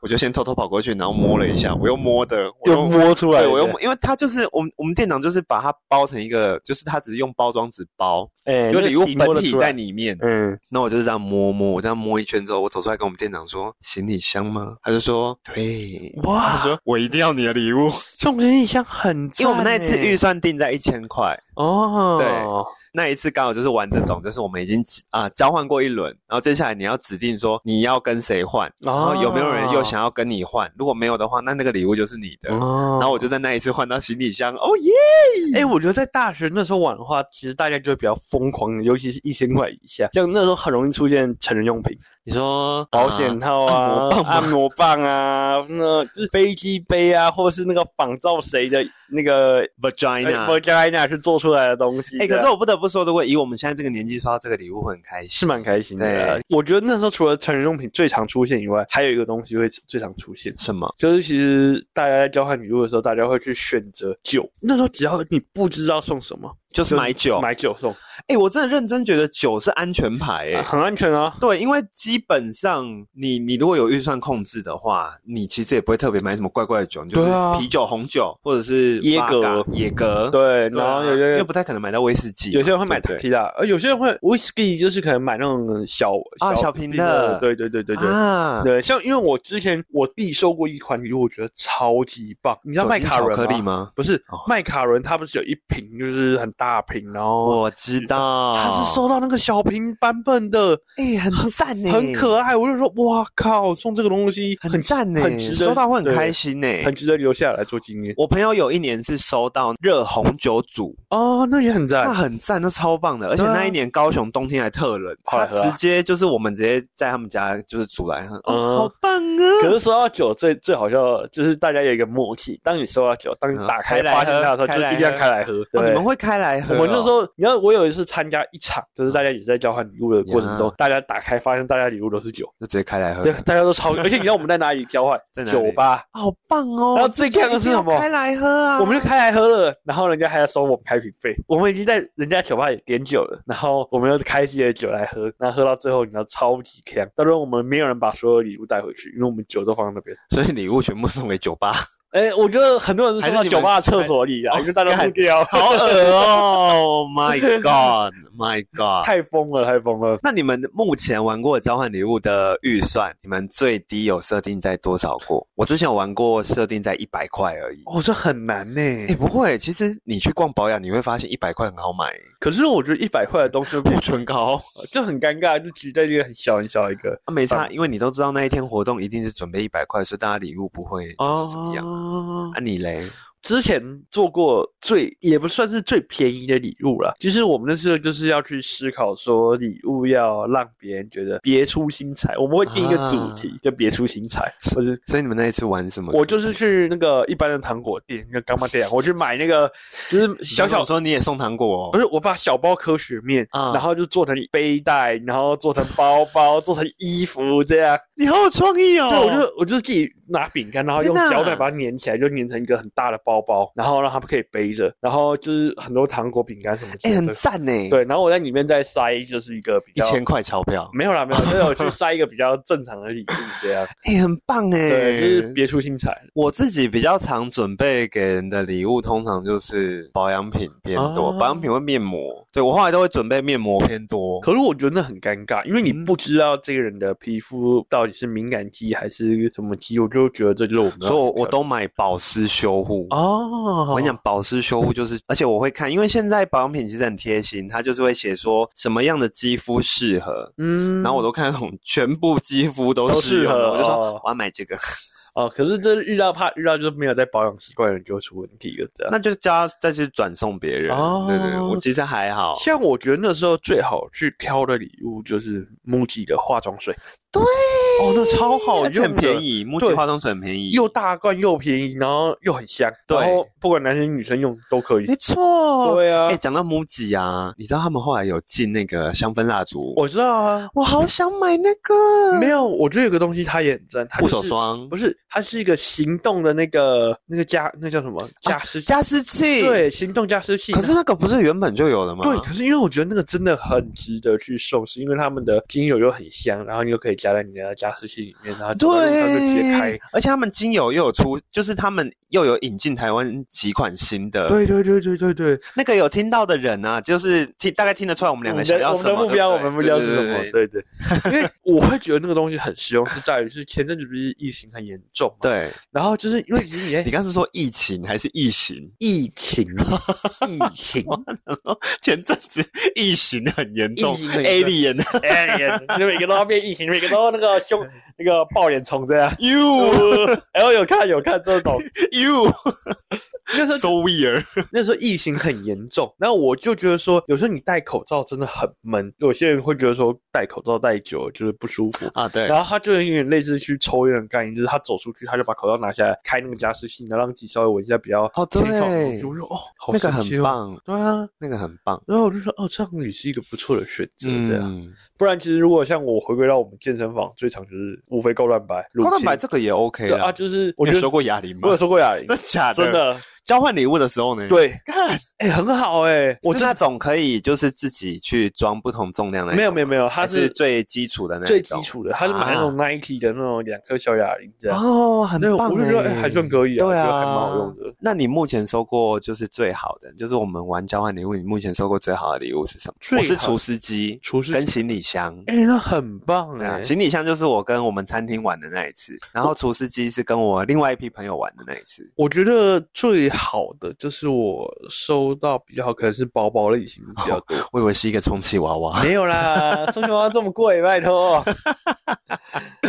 Speaker 1: 我就先偷偷跑过去，然后摸了一下，我又摸的，我
Speaker 2: 又摸出来
Speaker 1: 对
Speaker 2: 了，
Speaker 1: 我又摸，因为他就是我们我们店长就是把它包成一个，就是他只是用包装纸包，
Speaker 2: 哎，
Speaker 1: 有
Speaker 2: 那
Speaker 1: 礼物
Speaker 2: 皮摸
Speaker 1: 本
Speaker 2: 得
Speaker 1: 体
Speaker 2: 出来
Speaker 1: 在，里面。
Speaker 2: 嗯，
Speaker 1: 那我就是这样摸摸，我这样摸一圈之后，我走出来跟我们店长说：“行李箱吗？”他就说：“对。”他
Speaker 2: 哇，
Speaker 1: 说：“我一定要你的礼物。
Speaker 2: 送人一箱很”赞欸，
Speaker 1: 因为我们那一次预算定在一千块，
Speaker 2: 哦，
Speaker 1: 对那一次刚好就是玩这种，就是我们已经指啊、交换过一轮，然后接下来你要指定说你要跟谁换，然后有没有人又想要跟你换？如果没有的话，那那个礼物就是你的。
Speaker 2: 哦，
Speaker 1: 然后我就在那一次换到行李箱，哦耶！
Speaker 2: 哎、我觉得在大学那时候玩的话，其实大家就会比较疯狂，尤其是一千块以下，像那时候很容易出现成人用品，
Speaker 1: 你说
Speaker 2: 保险套啊、按摩棒啊，那就是飞机杯啊，或者是那个仿照谁的那个哎
Speaker 1: vagina，
Speaker 2: vagina 是做出来的东西。
Speaker 1: 哎、可
Speaker 2: 对
Speaker 1: 是
Speaker 2: 啊
Speaker 1: 我不得不说，如果以我们现在这个年纪收到这个礼物，会很开
Speaker 2: 是
Speaker 1: 心。
Speaker 2: 蛮开心的啊。我觉得那时候除了成人用品最常出现以外，还有一个东西会最常出现，
Speaker 1: 什么？
Speaker 2: 就是其实大家在交换礼物的时候，大家会去选择酒。那时候只要你不知道送什么，
Speaker 1: 就是买酒。哎、
Speaker 2: 买酒送，
Speaker 1: 我真的认真觉得酒是安全牌、哎、
Speaker 2: 很安全啊。
Speaker 1: 对，因为基本上你你如果有预算控制的话，你其实也不会特别买什么怪怪的酒，你就是
Speaker 2: 对啊
Speaker 1: 啤酒、红酒或者是
Speaker 2: 椰格
Speaker 1: vodka 野格。
Speaker 2: 对，
Speaker 1: 对啊，
Speaker 2: 然后有些
Speaker 1: 因为
Speaker 2: 人
Speaker 1: 不太可能买到威士忌嘛，
Speaker 2: 有些人会买
Speaker 1: 对不对
Speaker 2: t e q 呃，有些人会 whisky，就是可能买那种小
Speaker 1: 啊小瓶的
Speaker 2: 对对对对对。
Speaker 1: 啊，
Speaker 2: 对，像因为我之前我弟收过一款礼物，我觉得超级棒。你知道
Speaker 1: 酒
Speaker 2: 麦
Speaker 1: 精
Speaker 2: 卡
Speaker 1: 巧
Speaker 2: 伦
Speaker 1: 克力
Speaker 2: 吗？
Speaker 1: 吗？
Speaker 2: 不是
Speaker 1: 哦
Speaker 2: 麦卡伦，它不是有一瓶就是很大瓶，然后
Speaker 1: 我知道，
Speaker 2: 他是收到那个小瓶版本的，
Speaker 1: 哎、很赞呢、
Speaker 2: 很可爱。我就说，哇靠，送这个东西
Speaker 1: 很赞呢、
Speaker 2: 很值得
Speaker 1: 收到会很
Speaker 2: 对
Speaker 1: 开心呢、
Speaker 2: 很值得留下来做纪念。
Speaker 1: 我朋友有一年是收到热红酒组，
Speaker 2: 哦，那也很
Speaker 1: 那
Speaker 2: 赞。
Speaker 1: 很赞，那超棒的。而且
Speaker 2: 对啊
Speaker 1: 那一年高雄冬天还特冷，
Speaker 2: 好
Speaker 1: 他
Speaker 2: 来喝啊
Speaker 1: 直接就是我们直接在他们家就是煮来喝，
Speaker 2: 嗯
Speaker 1: 哦，好棒啊！
Speaker 2: 可是说到酒最最好笑的，就是大家有一个默契，当你收到酒，当你
Speaker 1: 嗯
Speaker 2: 打
Speaker 1: 开
Speaker 2: 开
Speaker 1: 来
Speaker 2: 发现它
Speaker 1: 喝开
Speaker 2: 的时候，就
Speaker 1: 来
Speaker 2: 一定要
Speaker 1: 喝
Speaker 2: 开来喝。
Speaker 1: 哦，嗯
Speaker 2: 对
Speaker 1: 你们会开来喝、哦
Speaker 2: 我们那时，候，你知道，我有一次参加一场，就是大家也是在交换礼物的过程中，大家打开发现大家礼物都是酒，
Speaker 1: 就直接开来喝，
Speaker 2: 对，大家都超，而且你知道我们在哪里交换
Speaker 1: 嗯在？哪里
Speaker 2: 酒吧，
Speaker 1: 好棒哦！
Speaker 2: 然后最
Speaker 1: 这个
Speaker 2: 干的是
Speaker 1: 一定要
Speaker 2: 什么
Speaker 1: 开来喝啊！
Speaker 2: 我们就开来喝了，然后人家还要收我们开瓶费，我们已经在人家酒吧也点酒了，然后我们又开自己的酒来喝，然后喝到最后，你知道超级强，当然我们没有人把所有礼物带回去，因为我们酒都放在那边。
Speaker 1: 所以礼物全部送给酒吧，
Speaker 2: 哎、哎，我觉得很多人是
Speaker 1: 还是
Speaker 2: 冲到
Speaker 1: 你
Speaker 2: 酒
Speaker 1: 们
Speaker 2: 吧的厕所里啊，
Speaker 1: 哎
Speaker 2: 因为大家
Speaker 1: 干
Speaker 2: 不掉，
Speaker 1: 好恶
Speaker 2: ，Oh
Speaker 1: 哦！My God，My God！
Speaker 2: 太疯了，太疯了。
Speaker 1: 那你们目前玩过的交换礼物的预算，你们最低有设定在多少过？我之前有玩过，设定在一百块而已。
Speaker 2: 哦，这很难呢、
Speaker 1: 哎、不会，其实你去逛保养，你会发现一百块很好买，
Speaker 2: 可是我觉得一百块的东西
Speaker 1: 护唇膏
Speaker 2: 就很尴尬，就举在这个很小很小一个
Speaker 1: 啊，没差，因为你都知道那一天活动一定是准备一百块，所以大家礼物不会就是怎么样。
Speaker 2: 哦
Speaker 1: 啊，你嘞？
Speaker 2: 之前做过最也不算是最便宜的礼物了，就是我们那时候就是要去思考说礼物要让别人觉得别出心裁，我们会定一个主题、叫别出心裁，或者
Speaker 1: 所以你们那一次玩什么？
Speaker 2: 我就是去那个一般的糖果店，那个干妈店，我去买那个就是
Speaker 1: 你
Speaker 2: 小
Speaker 1: 刚刚
Speaker 2: 小
Speaker 1: 说你也送糖果、
Speaker 2: 不
Speaker 1: 哦，
Speaker 2: 是，我把小包科学面，
Speaker 1: 啊
Speaker 2: 然后就做成背带，然后做成包包，做成衣服这样。
Speaker 1: 你好有创意哦啊
Speaker 2: 对，我就我就自己拿饼干，然后
Speaker 1: 天
Speaker 2: 用
Speaker 1: 哪
Speaker 2: 胶带把它粘起来，就粘成一个很大的包包，然后让他们可以背着。然后就是很多糖果、饼干什么之
Speaker 1: 哎、
Speaker 2: 类的。
Speaker 1: 很赞呢。，
Speaker 2: 对，然后我在里面再塞，就是一个比
Speaker 1: 一
Speaker 2: 较
Speaker 1: 千块钞票，
Speaker 2: 没有啦，没有啦，就是我去塞一个比较正常的礼物 这样。
Speaker 1: 哎、很棒哎。
Speaker 2: 嗯对，就是别出心裁。
Speaker 1: 我自己比较常准备给人的礼物，通常就是保养品偏多，
Speaker 2: 哦
Speaker 1: 保养品会面膜，对我后来都会准备面膜偏多。
Speaker 2: 可是我觉得那很尴尬，因为你不知道这个人的皮肤到底是敏感肌还是什么肌，我就觉得这就是我们的
Speaker 1: 所以我我都买保湿修护。
Speaker 2: 哦，
Speaker 1: 我跟你讲，保湿修护就是，而且我会看，因为现在保养品其实很贴心，它就是会写说什么样的肌肤适合，
Speaker 2: 嗯，
Speaker 1: 然后我都看那种 全部肌肤都
Speaker 2: 都
Speaker 1: 适
Speaker 2: 适
Speaker 1: 用
Speaker 2: 合
Speaker 1: 了，我就说
Speaker 2: 哦
Speaker 1: 我要买这个，
Speaker 2: 哦，可是这遇到怕遇到就是没有在保养习惯的人就会出问题了，这样。
Speaker 1: 那就叫他再去转送别人。
Speaker 2: 哦
Speaker 1: 对对，对我其实还好。
Speaker 2: 像我觉得那时候最好去挑的礼物就是 MUJI 的化妆水，
Speaker 1: 对
Speaker 2: 哦，那超好
Speaker 1: 而且
Speaker 2: 用，
Speaker 1: 很便，宜，木器
Speaker 2: 对
Speaker 1: 化妆水很便宜，
Speaker 2: 又大罐又便宜，然后又很香，
Speaker 1: 对
Speaker 2: 然后不管男生女生用都可以
Speaker 1: 没。错。
Speaker 2: 对啊
Speaker 1: 哎、，讲到 MUJI 啊，你知道他们后来有进那个香氛蜡烛，
Speaker 2: 我知道啊，
Speaker 1: 我好想买那个
Speaker 2: 没有，我觉得有个东西它也很赞，它
Speaker 1: 护
Speaker 2: 就
Speaker 1: 手
Speaker 2: 是
Speaker 1: 霜
Speaker 2: 不、是，它是一个行动的那个那个加那叫什么啊加湿器？
Speaker 1: 加湿器。，
Speaker 2: 对，行动加湿器。
Speaker 1: 可是那个不是原本就有的吗？
Speaker 2: 对，可是因为我觉得那个真的很值得去送，是因为他们的精油又很香，然后你又可以加在你的加湿器里面，然后走到路上就直接开
Speaker 1: 对。，而且他们精油又有出，就是他们又有引进台湾几款新的。，
Speaker 2: 对对对对对对，
Speaker 1: 那个有听到的人啊，就是听大概听得出来我们两个
Speaker 2: 我们
Speaker 1: 想
Speaker 2: 的
Speaker 1: 要
Speaker 2: 我们
Speaker 1: 什
Speaker 2: 的
Speaker 1: 么，
Speaker 2: 目标，我
Speaker 1: 对
Speaker 2: 们
Speaker 1: 不
Speaker 2: 目
Speaker 1: 对
Speaker 2: 标是什么？
Speaker 1: 对对对对
Speaker 2: 对对， 因为我会觉得那个东西很实用，是在于是前阵子不是疫情很严重嘛，
Speaker 1: 对，
Speaker 2: 然后就是因为其实你在
Speaker 1: 你刚是说疫情还是疫情？
Speaker 2: 疫情，啊 疫情，
Speaker 1: 前阵子疫情很严重
Speaker 2: 疫情很严重
Speaker 1: ，alien
Speaker 2: 哎呀，你每个都要变疫情，每个都那个凶那个爆脸 虫这样。
Speaker 1: you
Speaker 2: 然后有看有看这 种，
Speaker 1: you
Speaker 2: 那时候
Speaker 1: so weird。
Speaker 2: 那时候疫情很严重，那我就觉得说，有时候你戴口罩真的很闷，有些人会觉得说戴口罩戴久了就是不舒服。
Speaker 1: 啊，对，
Speaker 2: 然后他就有点类似去抽烟的概念，就是他走出去，他就把口罩拿下来，开那个加湿器，然后让自己稍微闻一下比较
Speaker 1: 哦
Speaker 2: 清爽的
Speaker 1: 对
Speaker 2: 东西。我就说哦，好
Speaker 1: 那个
Speaker 2: 神奇
Speaker 1: 很
Speaker 2: 哦。
Speaker 1: 棒，
Speaker 2: 对啊，
Speaker 1: 那个很棒。
Speaker 2: 然后我就说哦，这样也是一个不错的选择，对啊。
Speaker 1: 嗯，
Speaker 2: 不然其实如果像我回归到我们健身房，最常就是无非高蛋白、乳
Speaker 1: 高蛋白
Speaker 2: 清
Speaker 1: 这个也 OK
Speaker 2: 对啊，
Speaker 1: 啦。
Speaker 2: 就是我
Speaker 1: 你有
Speaker 2: 觉得
Speaker 1: 收过哑铃吗
Speaker 2: 我有？收过哑铃，
Speaker 1: 真假的？
Speaker 2: 真的啊
Speaker 1: 交换礼物的时候呢？，
Speaker 2: 对，
Speaker 1: 看
Speaker 2: 哎、很好哎、
Speaker 1: 我
Speaker 2: 我
Speaker 1: 是
Speaker 2: 真
Speaker 1: 那种可以就是自己去装不同重量的，
Speaker 2: 没有没有没有，它
Speaker 1: 还是
Speaker 2: 是
Speaker 1: 最基础的那一
Speaker 2: 最
Speaker 1: 种
Speaker 2: 基础的，它是买那种 Nike 的那种两颗小哑铃这样。
Speaker 1: 哦，很
Speaker 2: 那
Speaker 1: 棒
Speaker 2: 我就觉得
Speaker 1: 欸
Speaker 2: 哎还算可以啊
Speaker 1: 对
Speaker 2: 我觉
Speaker 1: 啊，
Speaker 2: 得还蛮好用的。
Speaker 1: 那你目前收过就是最好的，就是我们玩交换礼物，你目前收过最好的礼物是什么？
Speaker 2: 最
Speaker 1: 我是
Speaker 2: 好
Speaker 1: 厨师机，
Speaker 2: 厨师
Speaker 1: 跟
Speaker 2: 机
Speaker 1: 行李箱。
Speaker 2: 哎、那很棒
Speaker 1: 对
Speaker 2: 哎、
Speaker 1: 啊，行李箱就是我跟我们餐厅玩的那一 次，然后厨师机是跟我另外一批朋友玩的那一次。
Speaker 2: 我觉得最好的就是我收到比较好，可能是包包类型比较多。
Speaker 1: 我以为是一个充气娃娃，
Speaker 2: 没有啦，充气娃娃这么贵，拜 托。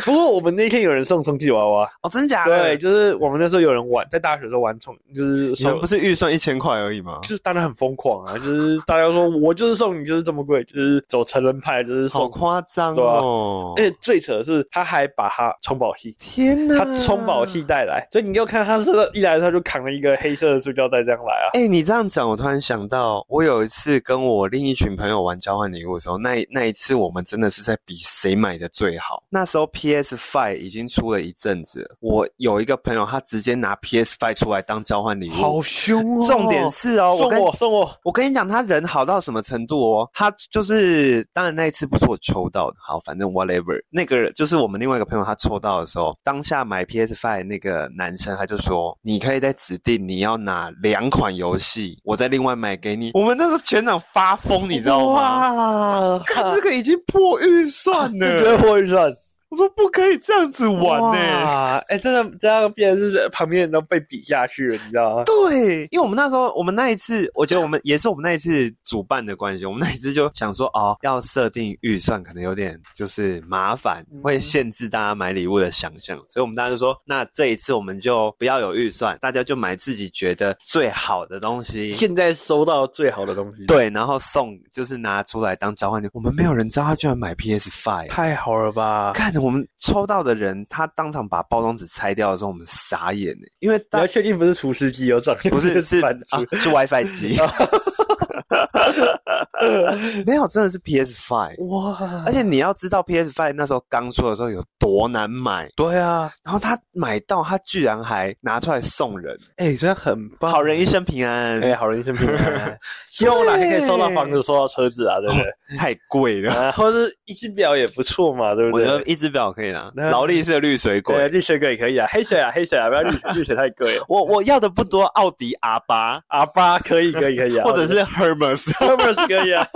Speaker 2: 不过我们那天有人送充气娃娃，
Speaker 1: 哦，真假
Speaker 2: 对，就是我们那时候有人玩，在大学的时候玩充，就是
Speaker 1: 你们
Speaker 2: 收
Speaker 1: 不，是预算一千块而已吗
Speaker 2: 就？是大家很疯狂啊，就是大家说我就是送你，就是这么贵，就是走成人派，就是
Speaker 1: 好
Speaker 2: 送。
Speaker 1: 夸张
Speaker 2: 对啊
Speaker 1: 哦！
Speaker 2: 而且最扯的是，他还把他充饱器，
Speaker 1: 天哪，
Speaker 2: 他充饱器带来，所以你又看他是一来的时候就扛了一个黑色的塑胶袋这样来啊。
Speaker 1: 哎、你这样讲，我突然想到，我有一次跟我另一群朋友玩交换礼物的时候，那一那一次我们真的是在比谁买的最好。那时候 PS PS Five 已经出了一阵子了，我有一个朋友，他直接拿 PS Five 出来当交换礼
Speaker 2: 好
Speaker 1: 物。
Speaker 2: 凶哦！
Speaker 1: 重点是哦，我
Speaker 2: 送
Speaker 1: 跟
Speaker 2: 我送我，
Speaker 1: 我跟你讲，他人好到什么程度哦？他就是，当然那一次不是我抽到的，好，反正 whatever。那个人就是我们另外一个朋友，他抽到的时候，当下买 PS Five 那个男生，他就说：“你可以再指定你要哪两款游戏，我再另外买给你。”我们那时候全场发疯，你知道吗？
Speaker 2: 哇，
Speaker 1: 看这个已经破预算
Speaker 2: 你觉
Speaker 1: 了，
Speaker 2: 得会算
Speaker 1: 我说不可以这样子玩欸呢、
Speaker 2: 哇哎，真的这样变成是旁边人都被比下去了，你知道吗？
Speaker 1: 对，因为我们那时候，我们那一次，我觉得我们也是我们那一次主办的关系，我们那一次就想说，哦，要设定预算可能有点就是麻烦，会限制大家买礼物的想象，所以我们大家就说，那这一次我们就不要有预算，大家就买自己觉得最好的东西。
Speaker 2: 现在收到最好的东西，，
Speaker 1: 对，然后送就是拿出来当交换礼物，我们没有人知道他居然买 PS Five，
Speaker 2: 太好了吧？
Speaker 1: 看我们抽到的人，他当场把包装纸拆掉的时候，我们傻眼欸因为
Speaker 2: 你
Speaker 1: 大
Speaker 2: 要确定不是厨师机哦有长，
Speaker 1: 不是是啊
Speaker 2: 反厨，
Speaker 1: 是 WiFi 机，没有，真的是 PS Five。
Speaker 2: 哇
Speaker 1: 而且你要知道，PS Five 那时候刚出的时候有多难买，
Speaker 2: 对啊，
Speaker 1: 然后他买到，他居然还拿出来送人，
Speaker 2: 哎，真的很棒，
Speaker 1: 好人一生平安，
Speaker 2: 哎，好人一生平安。 希望我哪天可以收到房子，收到车子 啊，对不对？
Speaker 1: 太贵了。
Speaker 2: 啊，或者是一只表也不错嘛，对不
Speaker 1: 我觉得
Speaker 2: 对？
Speaker 1: 一只表可以拿，
Speaker 2: 那
Speaker 1: 劳力士的绿水鬼
Speaker 2: 对，，绿水鬼也可以啊，黑水啊，黑水啊，不要绿绿水太 贵了。
Speaker 1: 我我要的不多，奥迪 R 八
Speaker 2: 阿巴可以，可以，可以啊，
Speaker 1: 或者是 Hermes。
Speaker 2: h e r m e s 可以 啊。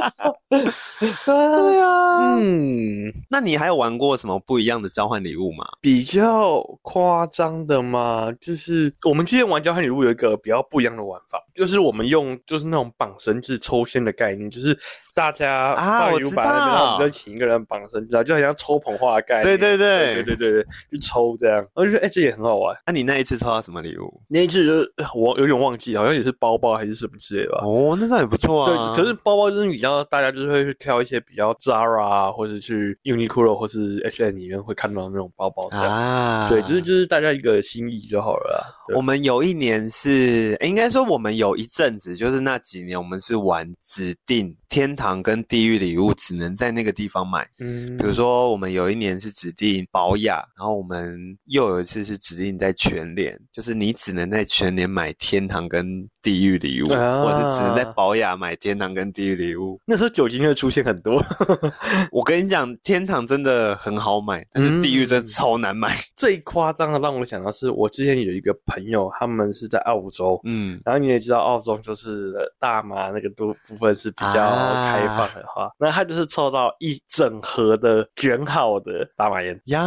Speaker 1: 对啊，
Speaker 2: 嗯，
Speaker 1: 那你还有玩过什么不一样的交换礼物吗？
Speaker 2: 比较夸张的嘛，就是我们今天玩交换礼物有一个比较不一样的玩法，就是我们用就是那种绑绳子抽签的概念，就是大家
Speaker 1: 啊
Speaker 2: 放
Speaker 1: 我
Speaker 2: 礼物
Speaker 1: 知
Speaker 2: 摆在那边，然后我
Speaker 1: 道
Speaker 2: 们就请一个人绑绳子啊，就好像抽捧花的概念。
Speaker 1: 对对对
Speaker 2: 哎对对对对，去抽这样，我就觉得哎、这也很好玩。
Speaker 1: 那你那一次抽到什么礼物？
Speaker 2: 那一次就是呃我有点忘记，好像也是包包还是什么之类的吧。
Speaker 1: 哦，那这样也不错啊。
Speaker 2: 对，可是包包就是比较大家就是会去挑一些比较 Zara 啊，或者去 Uniqlo 或是 H&M 里面会看到那种包包这样。
Speaker 1: 啊，哦
Speaker 2: 对，就是就是大家一个心意就好了啦。对
Speaker 1: 我们有一年是，诶应该说我们有一阵子，就是那几年我们是玩指定天堂跟地狱礼物，只能在那个地方买。
Speaker 2: 嗯
Speaker 1: 比如说，我们有一年是指定保雅，然后我们又有一次是指定在全联，就是你只能在全联买天堂跟地狱礼物，
Speaker 2: 啊
Speaker 1: 或者是只能在保雅买天堂跟地狱礼物。
Speaker 2: 那时候酒精会出现很多，
Speaker 1: 我跟你讲，天堂真的很好买，但是地狱
Speaker 2: 嗯
Speaker 1: 真的超难买。
Speaker 2: 最夸张的让我想到是我之前有一个朋友，他们是在澳洲。
Speaker 1: 嗯，
Speaker 2: 然后你也知道，澳洲就是大麻那个部部分是比较
Speaker 1: 啊
Speaker 2: 开放的话，那他就是抽到一整盒的卷好的大麻烟，
Speaker 1: 呀，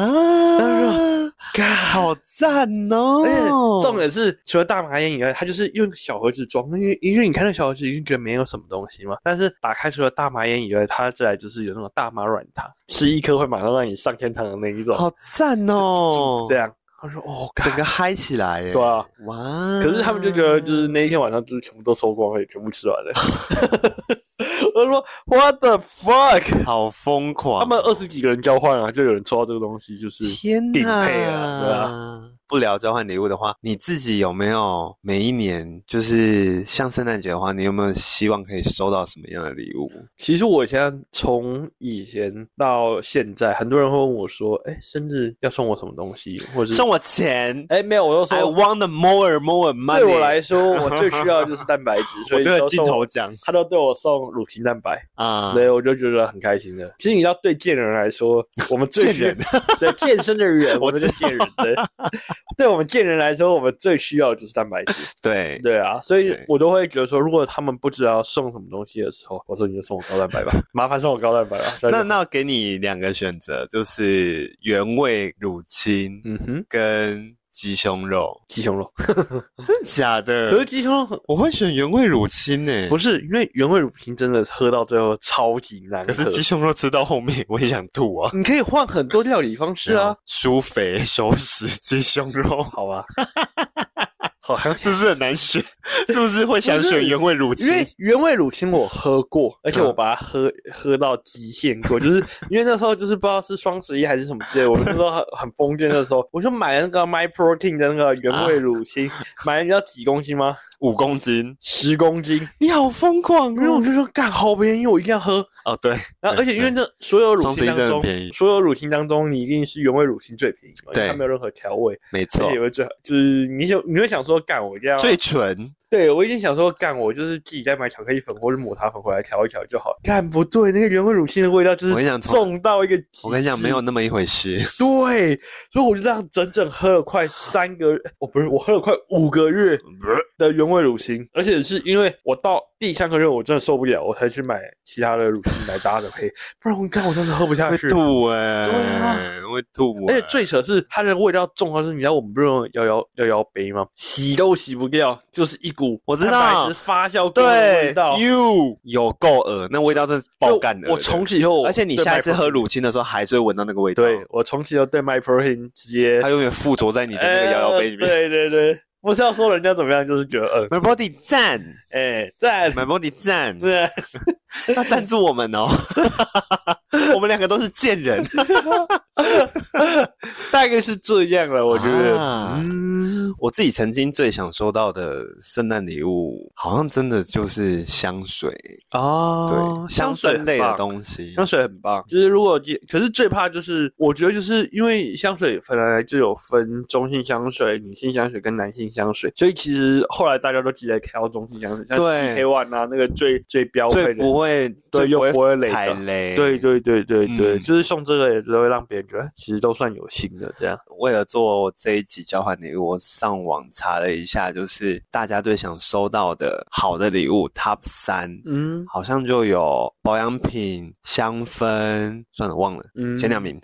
Speaker 1: 好赞
Speaker 2: 而且
Speaker 1: 哦！
Speaker 2: 重点是，除了大麻烟以外，它就是用小盒子装，因为因为你看那小盒子已经觉得没有什么东西嘛，但是打开除了大麻烟以外，它再来就是有那种大麻软糖，吃一颗会马上让你上天堂的那一种，
Speaker 1: 好赞哦！
Speaker 2: 这样。他说哦，干
Speaker 1: 整个嗨起来耶！
Speaker 2: 对啊，
Speaker 1: 哇！
Speaker 2: 可是他们就觉得就是那一天晚上就是全部都收光了，也 全部吃完了。我说 What the fuck？
Speaker 1: 好疯狂，啊
Speaker 2: 他们二十几个人交换啊，就有人抽到这个东西，就是
Speaker 1: 天
Speaker 2: 顶
Speaker 1: 呐
Speaker 2: 配啊对啊
Speaker 1: 不聊交换礼物的话，你自己有没有每一年就是像圣诞节的话，你有没有希望可以收到什么样的礼物？
Speaker 2: 其实我现在从以前到现在，很多人会问我说：“哎，生日要送我什么东西？”或者是
Speaker 1: 送我钱
Speaker 2: 哎没有，我就
Speaker 1: ，I
Speaker 2: 说
Speaker 1: want the more more money。
Speaker 2: 对我来，说，我最需要的就是 蛋白质，所
Speaker 1: 我
Speaker 2: 以
Speaker 1: 对着
Speaker 2: 都
Speaker 1: 镜
Speaker 2: 送
Speaker 1: 头
Speaker 2: 我
Speaker 1: 讲
Speaker 2: 他都对我送乳清蛋白，
Speaker 1: 啊，
Speaker 2: 对我就觉得很开心的。其实你知道，对健人来说，我们最
Speaker 1: 贱
Speaker 2: 需要
Speaker 1: 人
Speaker 2: 对健身 的人，我
Speaker 1: 我
Speaker 2: 们是健人，对， 对我们健人来说，我们最需要的就是蛋白质。
Speaker 1: 对，
Speaker 2: 对啊，所以
Speaker 1: 对
Speaker 2: 我都会觉得说，如果他们不知道送什么东西的时候，我说你就送我高蛋白吧，麻烦送我高蛋白吧。这样就
Speaker 1: 那
Speaker 2: 好
Speaker 1: 那我给你两个选择，就是原味乳清
Speaker 2: 嗯哼，
Speaker 1: 跟鸡胸肉，
Speaker 2: 鸡胸肉。
Speaker 1: 真的假的？
Speaker 2: 可是嗯鸡胸肉很
Speaker 1: 我会选原味乳清呢、欸
Speaker 2: 不是因为原味乳清真的喝到最后超级难
Speaker 1: 可是
Speaker 2: 喝，
Speaker 1: 鸡胸肉吃到后面，我也想吐啊。
Speaker 2: 你可以换很多料理方式啊，，
Speaker 1: 舒肥熟食鸡胸肉，
Speaker 2: 好啊吧？ 好像
Speaker 1: 是不是很难选？是不是会想
Speaker 2: 不
Speaker 1: 选
Speaker 2: 是
Speaker 1: 原味乳
Speaker 2: 因为
Speaker 1: 清？
Speaker 2: 原味乳清我喝过，而且我
Speaker 1: 嗯
Speaker 2: 把它喝喝到极限过， 就是因为那时候就是不知道是双十一还是什么之类，我那时候很很疯癫的时候，我 就买那个 My Protein 的那个原味乳 清，买了你知道几公斤吗？
Speaker 1: 五公斤，
Speaker 2: 十公斤，
Speaker 1: 你好疯狂
Speaker 2: 因为我！就说干好便宜，我一定要喝，
Speaker 1: 哦，对，
Speaker 2: 然后而且因为这所有乳
Speaker 1: 松子一
Speaker 2: 清当
Speaker 1: 真的很
Speaker 2: 中
Speaker 1: 便宜，
Speaker 2: 所有乳清当中，你一定是原味乳清最便宜嘛，因
Speaker 1: 对
Speaker 2: 为它没有任何调味，
Speaker 1: 没
Speaker 2: 而
Speaker 1: 错
Speaker 2: 且，也会最好，就是你想你会想说，干我一定要
Speaker 1: 最纯，
Speaker 2: 对我已经想说，干我就是自己再买巧克力粉或者抹茶粉回来调一调就好了。干不对，那个原味乳清的味道就
Speaker 1: 我跟你
Speaker 2: 是
Speaker 1: 讲从
Speaker 2: 重到一个，
Speaker 1: 我跟你讲，没有。那么一回事。
Speaker 2: 对，所以我就这样整整喝了快三个，我不是我喝了快五个月的原味乳清，而且是因为我到第三个月我真的受不了，我才去买其他的乳清来搭着配，不然我看我真的喝不下
Speaker 1: 会
Speaker 2: 去。
Speaker 1: 吐哎、
Speaker 2: 对啊
Speaker 1: 会吐、欸，
Speaker 2: 而且最扯是它的味道重到是，你知道我们不是用摇摇摇摇杯吗？洗都洗不掉，就是一股
Speaker 1: 我知道
Speaker 2: 蛋白质发酵过的味
Speaker 1: 对
Speaker 2: 道。
Speaker 1: ，you 有够恶，那味道真的是爆干恶
Speaker 2: 我从此以后，
Speaker 1: 而且你
Speaker 2: 对
Speaker 1: 下一次
Speaker 2: MyProtein-
Speaker 1: 喝乳清的时候，还是会闻到那个味道，
Speaker 2: 对我从此以后对 my protein 直接
Speaker 1: 它永远附着在你的那个摇摇杯里面。
Speaker 2: 呃对对对，不是要说人家怎么样，就是觉得嗯，
Speaker 1: My body 赞
Speaker 2: 哎，赞
Speaker 1: ，My body 赞，
Speaker 2: 赞，
Speaker 1: 他赞助我们哦，我们两个都是贱人，
Speaker 2: 大概是这样了，我觉得。
Speaker 1: 啊
Speaker 2: 嗯，
Speaker 1: 我自己曾经最想收到的圣诞礼物，好像真的就是香水，
Speaker 2: 哦
Speaker 1: 对，啊香氛类的东西
Speaker 2: 香。水很棒，就是如果接可是最怕就是，我觉得就是因为香水本来就有分中性香水、女性香水跟男性香水，所以其实后来大家都急着挑中性香水，像
Speaker 1: 对
Speaker 2: CK One 啊那个最最标配
Speaker 1: 最
Speaker 2: 的，
Speaker 1: 不会，
Speaker 2: 对
Speaker 1: 最
Speaker 2: 又不会雷的
Speaker 1: 踩雷。
Speaker 2: 对，对对对对，
Speaker 1: 嗯
Speaker 2: 就是送这个也只会让别人觉得其实都算有心的这样。
Speaker 1: 为了做这一集交换礼物，我上网查了一下，就是大家最想收到的好的礼物 Top 三，
Speaker 2: 嗯
Speaker 1: 好像就有保养品、香氛，算了忘了
Speaker 2: 嗯
Speaker 1: 前两，名。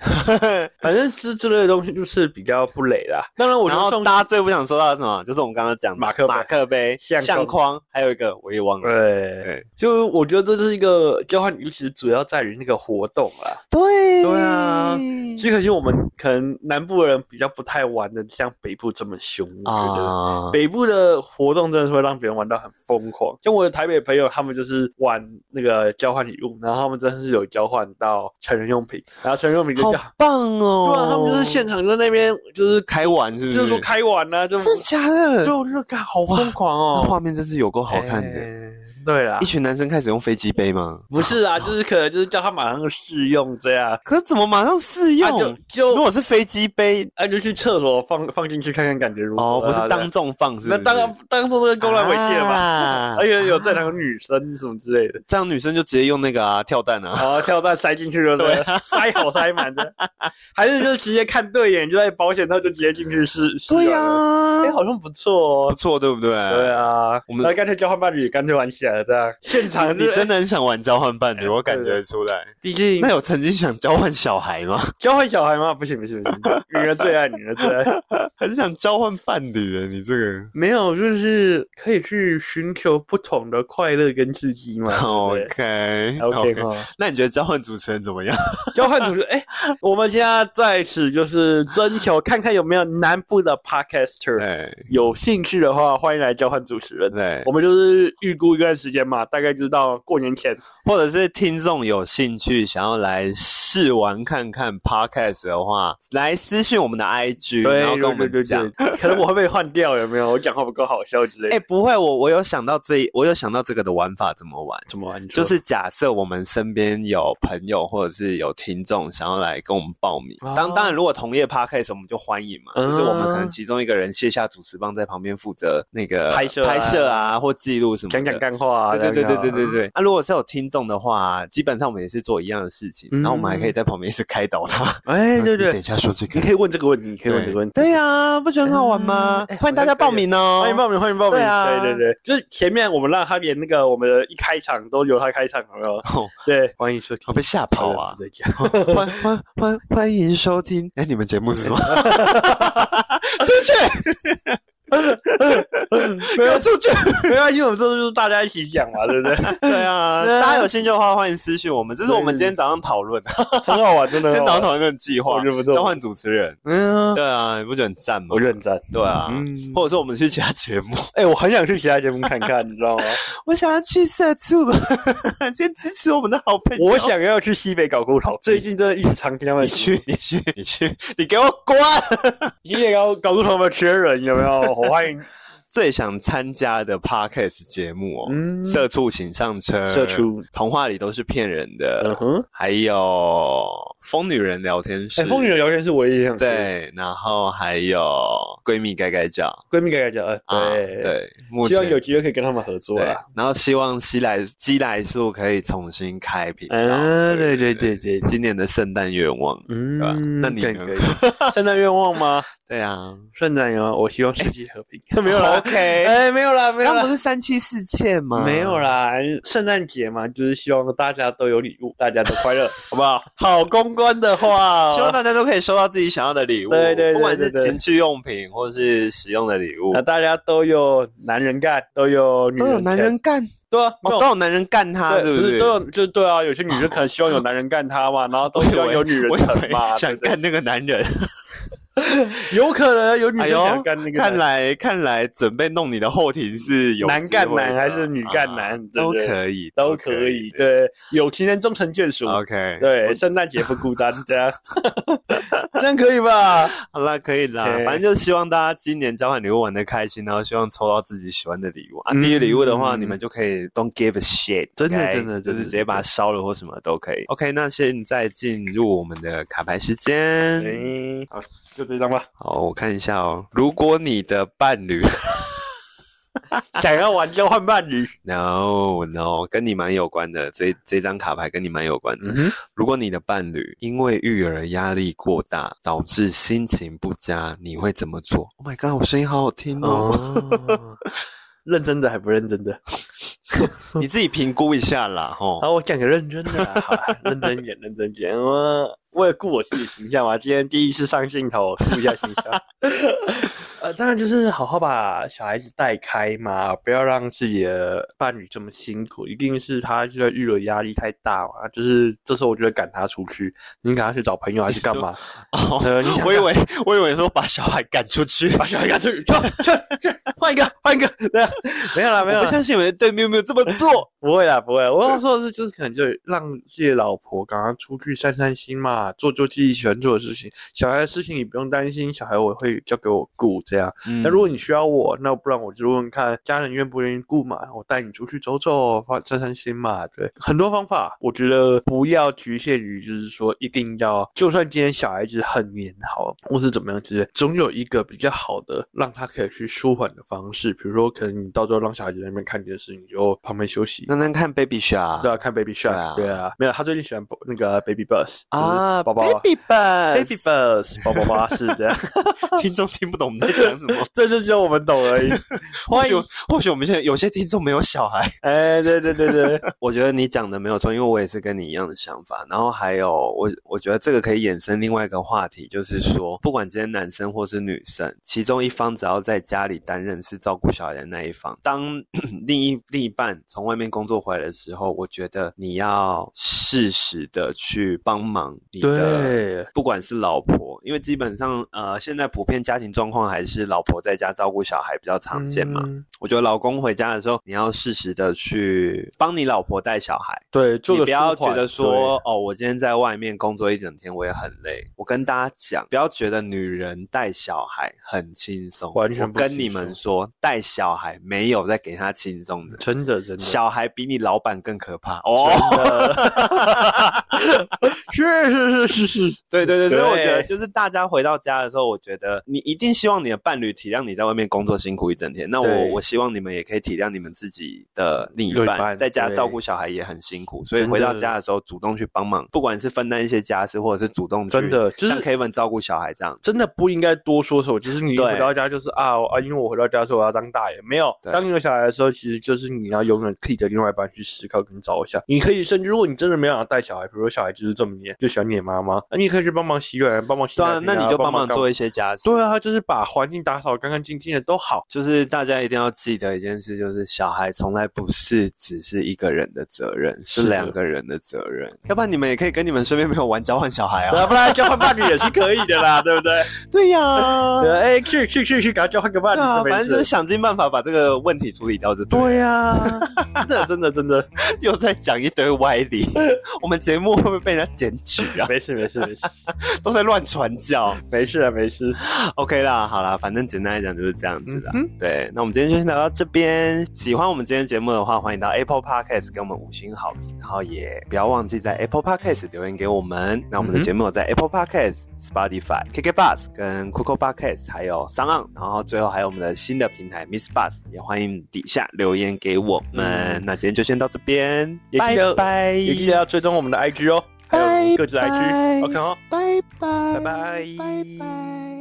Speaker 2: 反正这这类的东西就是比较不累啦。当然，我觉
Speaker 1: 然
Speaker 2: 得
Speaker 1: 后
Speaker 2: 送
Speaker 1: 大家最不想收到的是什么？就是我们刚刚讲的
Speaker 2: 马克杯
Speaker 1: 马克杯、
Speaker 2: 相框
Speaker 1: 相框，还有一个我也忘了。
Speaker 2: 对，
Speaker 1: 对
Speaker 2: 就我觉得这就是一个交换礼物，其实主要在于那个活动啦。
Speaker 1: 对
Speaker 2: 对啊只可惜我们可能南部的人比较不太玩的像北部这么凶，我觉得。
Speaker 1: 啊，
Speaker 2: 北部的活动真的是会让别人玩到很疯狂，像我的台北朋友，他们就是玩那个交换礼物，然后他们真的是有交换到成人用品，然后成人用品就
Speaker 1: 好
Speaker 2: 交，
Speaker 1: 棒哦！
Speaker 2: 对啊，他们就是现场在那边就是
Speaker 1: 开玩，是不是？
Speaker 2: 就是说开玩啊，就
Speaker 1: 真的假的？
Speaker 2: 就热感好疯狂
Speaker 1: 那
Speaker 2: 哦，
Speaker 1: 画面真是有够好看的。
Speaker 2: 哎对啦
Speaker 1: 一，群男生开始用飞机杯吗？
Speaker 2: 不是啊， 就是可能就是叫他马上试用这样，
Speaker 1: 可是怎么马上试
Speaker 2: 啊就
Speaker 1: 用？
Speaker 2: 就
Speaker 1: 如果是飞机杯
Speaker 2: 啊，就去厕所放放进去看看感觉如何啊。
Speaker 1: 哦，不是当
Speaker 2: 对
Speaker 1: 众放，是不
Speaker 2: 那
Speaker 1: 是？
Speaker 2: 当然当做这个公然猥亵嘛，
Speaker 1: 啊
Speaker 2: 而哎且有在场女生什么之类 的，
Speaker 1: 这样女生就直接用那个啊跳蛋啊，
Speaker 2: 然后跳蛋塞进去就对啊了，塞好塞满 的，还是就直接看对眼，就在保险套就直接进去试试
Speaker 1: 对
Speaker 2: 用
Speaker 1: 呀
Speaker 2: 了。哎，，好像不错
Speaker 1: 不
Speaker 2: 哦。
Speaker 1: 错，对不对？
Speaker 2: 对啊，
Speaker 1: 我们
Speaker 2: 那干脆交换伴侣，干脆玩起来了这样。现场
Speaker 1: 你
Speaker 2: 就是
Speaker 1: 真，的很想玩交换伴侣，我感
Speaker 2: 哎对
Speaker 1: 觉出来。
Speaker 2: 毕竟
Speaker 1: 那有曾经想交换小孩吗？
Speaker 2: 交换小孩吗？不行不行不行，女人最爱，女人最爱。
Speaker 1: 很想交换伴侣耶，你这个。
Speaker 2: 没有，就是可以去寻求不同的快乐跟刺激嘛。对
Speaker 1: OK
Speaker 2: 不对哦 OK 吗？
Speaker 1: 那你觉得交换主持人怎么样？
Speaker 2: 交换主持，哎、我们现在在此就是征求，看看有没有南部的 podcaster
Speaker 1: 对
Speaker 2: 有兴趣的话，欢迎来交换主持人。
Speaker 1: 哎对
Speaker 2: 我，们就是预估一段时间嘛，大概就是到过年前。
Speaker 1: 或者是听众有兴趣想要来试玩看看 Podcast 的话，来私讯我们的 IG，
Speaker 2: 对
Speaker 1: 然后跟我
Speaker 2: 对
Speaker 1: 们
Speaker 2: 对
Speaker 1: 讲
Speaker 2: 对。，可能我会被换掉，有没有？我讲话不够好笑之类的。
Speaker 1: 哎、不会，我我有想到这一，我有想到这个的玩法怎么玩。
Speaker 2: 怎么玩？你说
Speaker 1: 就是假设我们身边有朋友或者是有听众想要来跟我们报名，
Speaker 2: 哦
Speaker 1: 当当然如果同业 podcast 我们就欢迎嘛，
Speaker 2: 嗯
Speaker 1: 就是我们可能其中一个人卸下主持棒在旁边负责那个
Speaker 2: 拍摄啊
Speaker 1: 拍摄啊或记录什么的
Speaker 2: 讲讲干话、啊。
Speaker 1: 对对对
Speaker 2: 这样
Speaker 1: 对对
Speaker 2: 啊
Speaker 1: 对。对，那、如果是有听众的话，基本上我们也是做一样的事情，
Speaker 2: 嗯
Speaker 1: 然后我们还可以在旁边一直开导他。
Speaker 2: 哎、对
Speaker 1: 你等
Speaker 2: 对
Speaker 1: 一，下说这个
Speaker 2: 你，可以问这个问题，你可以问这个问题。
Speaker 1: 对呀、不觉得很好玩吗？
Speaker 2: 嗯哎
Speaker 1: 欢迎大家报名哦，
Speaker 2: 欢迎报名，欢迎报名。
Speaker 1: 对啊
Speaker 2: 对对对，就是前面我们让他连那个我们的一开场都由他开场，有没有？
Speaker 1: 哦
Speaker 2: 对，欢迎收听
Speaker 1: 我。被吓跑啊！
Speaker 2: 再见。
Speaker 1: 欢欢欢欢迎收听，哎，你们节目是什 么？出去，
Speaker 2: 没
Speaker 1: 不要
Speaker 2: 有，
Speaker 1: 出去！
Speaker 2: 没关系，我们这就是大家一起讲嘛，对不对？
Speaker 1: 对啊，
Speaker 2: 对啊
Speaker 1: 大家有兴趣的话，欢迎私讯我们。这是我们
Speaker 2: 对
Speaker 1: 今天早上讨论，
Speaker 2: 很好玩，真的
Speaker 1: 今天
Speaker 2: 很好
Speaker 1: 早上
Speaker 2: 玩。
Speaker 1: 讨论的计
Speaker 2: 我
Speaker 1: 划
Speaker 2: 觉，得不
Speaker 1: 交
Speaker 2: 错。
Speaker 1: 换主持人。
Speaker 2: 嗯，
Speaker 1: 对啊，你不觉得很赞吗
Speaker 2: 我？认真。
Speaker 1: 对啊，
Speaker 2: 嗯，
Speaker 1: 或者说我们去其他节目，
Speaker 2: 哎，我很想去其他节目看看，你 知道吗？
Speaker 1: 我想要去社 畜，先支持我们的好朋友。
Speaker 2: 我想要去西北搞骨头，最近真的一直常听他
Speaker 1: 啊
Speaker 2: 们
Speaker 1: 你
Speaker 2: 说。
Speaker 1: 去，你 去，你去，你给我滚！ 哦
Speaker 2: 西北搞搞骨头有没有缺人？有没有？我欢迎
Speaker 1: 最想参加的 podcast 节目哦，
Speaker 2: 嗯
Speaker 1: 社畜请上车》、
Speaker 2: 社畜
Speaker 1: 童话里都是骗人的，
Speaker 2: 嗯哼，
Speaker 1: 还有疯女人聊天室，
Speaker 2: 哎，风女的聊天是我也想
Speaker 1: 对，然后还有闺蜜该该叫
Speaker 2: 闺蜜改改讲，
Speaker 1: 啊，
Speaker 2: 呃，对，
Speaker 1: 对，目
Speaker 2: 希望
Speaker 1: 前
Speaker 2: 有机会可啊以跟他们合作
Speaker 1: 对
Speaker 2: 啦。，
Speaker 1: 然后希望西来基来素可以重新开频道，
Speaker 2: 嗯，对对对对，
Speaker 1: 今年的圣诞愿望，对吧
Speaker 2: 嗯，
Speaker 1: 那你
Speaker 2: 可以
Speaker 1: 呢
Speaker 2: 可以圣诞愿望吗？
Speaker 1: 对啊，
Speaker 2: 圣诞愿望，我希望世界和平。 没有啦，
Speaker 1: ，OK，
Speaker 2: 哎，没有啦，没有
Speaker 1: 刚不
Speaker 2: 啦。
Speaker 1: 是三妻四妾吗？
Speaker 2: 没有，啦，圣诞节嘛，就是希望大家都有礼物，大家都快乐，好不好？ 好公关的话，哦
Speaker 1: 希望大家都可以收到自己想要的礼物，
Speaker 2: 对对对
Speaker 1: 不管是
Speaker 2: 对对
Speaker 1: 情趣用品或是实用的礼物
Speaker 2: 那，大家都有男人干，都有女人
Speaker 1: 都有男
Speaker 2: 钱
Speaker 1: 人干，
Speaker 2: 对啊，没
Speaker 1: 哦，
Speaker 2: 有
Speaker 1: 都有男人干他，
Speaker 2: 对，
Speaker 1: 对
Speaker 2: 不
Speaker 1: 对？
Speaker 2: 都有就对啊，有些女生可能希望有男人干她嘛，然后都希望有女人
Speaker 1: 我以为
Speaker 2: 疼嘛，
Speaker 1: 想
Speaker 2: 对
Speaker 1: 干那个男人，
Speaker 2: 不对有可能有女
Speaker 1: 哎
Speaker 2: 生
Speaker 1: 呦
Speaker 2: 想干那个
Speaker 1: 看
Speaker 2: 男。
Speaker 1: 来看来准备弄你的后庭是有
Speaker 2: 男
Speaker 1: 机
Speaker 2: 干
Speaker 1: 会
Speaker 2: 男还
Speaker 1: 的
Speaker 2: 是女干男
Speaker 1: 啊
Speaker 2: 对
Speaker 1: 都
Speaker 2: 不对
Speaker 1: 可以，
Speaker 2: 都可以，。对，有情人终成眷属，
Speaker 1: OK，
Speaker 2: 对，圣诞节不孤单，这样这样可以吧？
Speaker 1: 好啦，可以啦，
Speaker 2: OK
Speaker 1: 反正就希望大家今年交换礼物玩的开心，然后希望抽到自己喜欢的礼物啊。
Speaker 2: 嗯
Speaker 1: 第一礼物的话，你们就可以 don't give a shit，
Speaker 2: 真的
Speaker 1: OK？
Speaker 2: 真的
Speaker 1: 就
Speaker 2: 真的
Speaker 1: 是直接把它烧了或什么都可以。OK，那现在进入我们的卡牌时间。
Speaker 2: 嗯，好，就这张吧。
Speaker 1: 好，我看一下哦。如果你的伴侣
Speaker 2: 想要玩交换伴侣，
Speaker 1: ，no no，跟你蛮有关的，这这张卡牌跟你蛮有关的。
Speaker 2: 嗯哼，
Speaker 1: 如果你的伴侣因为育儿压力过大，导致心情不佳，你会怎么做？Oh my god，我声音好好听哦！
Speaker 2: 哦，认真的还不认真的？
Speaker 1: 你自己评估一下 啦，吼。
Speaker 2: 好，我讲个认真的 啦，好啦认真一点，认真一点。我为了顾我自己形象嘛，今天第一次上镜头，顾一下形象。 呃，当然就是好好把小孩子带开嘛，不要让自己的伴侣这么辛苦。一定是他现在育儿压力太大嘛，就是这时候我就会赶他出去，你赶他去找朋友还是干 嘛？
Speaker 1: 哦，
Speaker 2: 呃，你 想
Speaker 1: 我以为我以为说把小孩赶出去，
Speaker 2: 把小孩赶出去，去去去，换一个，换一个，对啊，没有啦，没有
Speaker 1: 我
Speaker 2: 啦
Speaker 1: 不。相信有人对喵喵这么 做。
Speaker 2: 不会啦，不会啦。我要说的是，就是可能就让自己的老婆赶快出去散散心嘛，做做自己喜欢做的事情。小孩的事情你不用担心，小孩我会交给我顾这样。
Speaker 1: 嗯
Speaker 2: 那、如果你需要我，那不然我就问问看家人愿不愿意顾嘛，我带你出去走走，发散散心嘛。对，很多方法，我觉得不要局限于就是说一定要，就算今天小孩子很黏好，或是怎么样之类，总有一个比较好的让他可以去舒缓的方式。比如说，可能你到时候让小孩子在那边看电视，你就旁边休息。
Speaker 1: 让咱看 Baby
Speaker 2: 对
Speaker 1: Shark
Speaker 2: 啊，看 Baby
Speaker 1: 嗯对啊
Speaker 2: Shark，对啊，没有，他最近喜欢那个 Baby Bus
Speaker 1: 啊
Speaker 2: 宝宝
Speaker 1: ，Baby
Speaker 2: Baby
Speaker 1: Bus，
Speaker 2: Bus 宝宝巴士这样，
Speaker 1: 听众听不懂我们在讲什么。
Speaker 2: 这就只有我们懂而已。
Speaker 1: 或
Speaker 2: 欢
Speaker 1: 许
Speaker 2: 迎，
Speaker 1: 或许我们现在有些听众没有小孩，
Speaker 2: 哎，对对对 对，
Speaker 1: 我觉得你讲的没有错，因为我也是跟你一样的想法。然后还有，我我觉得这个可以衍生另外一个话题，就是说，不管今天男生或是女生，其中一方只要在家里担任是照顾小孩的那一方，当 另一另一半从外面工作回来的时候，我觉得你要适时的去帮忙你的。
Speaker 2: 对，
Speaker 1: 不管是老婆，因为基本上，呃，现在普遍家庭状况还是老婆在家照顾小孩比较常见嘛。
Speaker 2: 嗯
Speaker 1: 我觉得老公回家的时候，你要适时的去帮你老婆带小孩，
Speaker 2: 对，做
Speaker 1: 你
Speaker 2: 个
Speaker 1: 不要
Speaker 2: 舒缓
Speaker 1: 觉得说，哦，我今天在外面工作一整天，我也很累。我跟大家讲，不要觉得女人带小孩很轻松，
Speaker 2: 完全
Speaker 1: 我
Speaker 2: 不
Speaker 1: 跟
Speaker 2: 轻
Speaker 1: 你们
Speaker 2: 松
Speaker 1: 说，带小孩没有在给他轻松的
Speaker 2: 对，真的真的
Speaker 1: 小孩比你老板更可怕哦。
Speaker 2: 真的，是是是是是，
Speaker 1: 对对对，所以我觉得
Speaker 2: 对
Speaker 1: 就是大家回到家的时候，我觉得你一定希望你的伴侣体谅你在外面工作辛苦一整天。那我
Speaker 2: 对
Speaker 1: 我希望你们也可以体谅你们自己的另一
Speaker 2: 另一
Speaker 1: 半，
Speaker 2: 半
Speaker 1: 在家
Speaker 2: 对
Speaker 1: 照顾小孩也很辛苦，所以
Speaker 2: 真的
Speaker 1: 回到家的时候主动去帮忙，不管是分担一些家事，或者是主动去
Speaker 2: 真的就是
Speaker 1: 像 Kevin 照顾小孩这样。
Speaker 2: 真的不应该多说什么，就是你一
Speaker 1: 对
Speaker 2: 回到家就是啊我啊，因为我回到家说我要当大爷，没有。
Speaker 1: 对
Speaker 2: 当你有小孩的时候，其实就是你要永远替你的另外一半去思考跟着想。你可以甚至如果你真的没有想带小孩，比如说小孩就是这么黏，就喜欢你的妈妈，那你可以去帮忙洗碗，帮忙洗
Speaker 1: 对
Speaker 2: 奶
Speaker 1: 啊，
Speaker 2: 瓶
Speaker 1: 那你就帮
Speaker 2: 帮
Speaker 1: 忙做一
Speaker 2: 一。
Speaker 1: 些家事。
Speaker 2: 对啊，就是把环境打扫干干净净的都好。
Speaker 1: 就是大家一定要记得一件事，就是小孩从来不是只是一个人的责任，是
Speaker 2: 是的嗯
Speaker 1: 两个人的责任。要不然你们也可以跟你们身边朋友玩交换小孩啊。
Speaker 2: 对啊，不然交换伴侣也是可以的啦，对不对？
Speaker 1: 对呀、
Speaker 2: 对，哎、去去去去，赶快交换个伴
Speaker 1: 对
Speaker 2: 侣，
Speaker 1: 呃啊，
Speaker 2: 没
Speaker 1: 反正就是
Speaker 2: 事。
Speaker 1: 想尽办法把这个问题处理掉就对了。
Speaker 2: 对呀、 真的真的真的，
Speaker 1: 又在讲一堆歪理， 我们节目会不会被人家检举啊？
Speaker 2: 没事没事没事
Speaker 1: 都在乱传教。
Speaker 2: 没事啊没事。
Speaker 1: OK 啦，好啦，反正简单来讲就是这样子啦。
Speaker 2: 嗯
Speaker 1: 对，那我们今天就先聊到这边。喜欢我们今天节目的话，欢迎到 Apple Podcast 给我们五星好评，然后也不要忘记在 Apple Podcast 留言给我们。那我们的
Speaker 2: 嗯哼
Speaker 1: 节目有在 Apple Podcast、Spotify、KK Bus 跟 Coco Podcast 还有 s o n 然后最后还有我们的新的平台 Miss Bus，也欢迎底下留言给我们。
Speaker 2: 嗯
Speaker 1: 那今天就先到这边，
Speaker 2: 也
Speaker 1: 拜
Speaker 2: 记得
Speaker 1: 拜，
Speaker 2: 也记得要追踪我们的 IG 哦，还有各自的
Speaker 1: 拜拜
Speaker 2: IG，OK 哦。
Speaker 1: 拜拜，
Speaker 2: 拜拜
Speaker 1: 拜拜。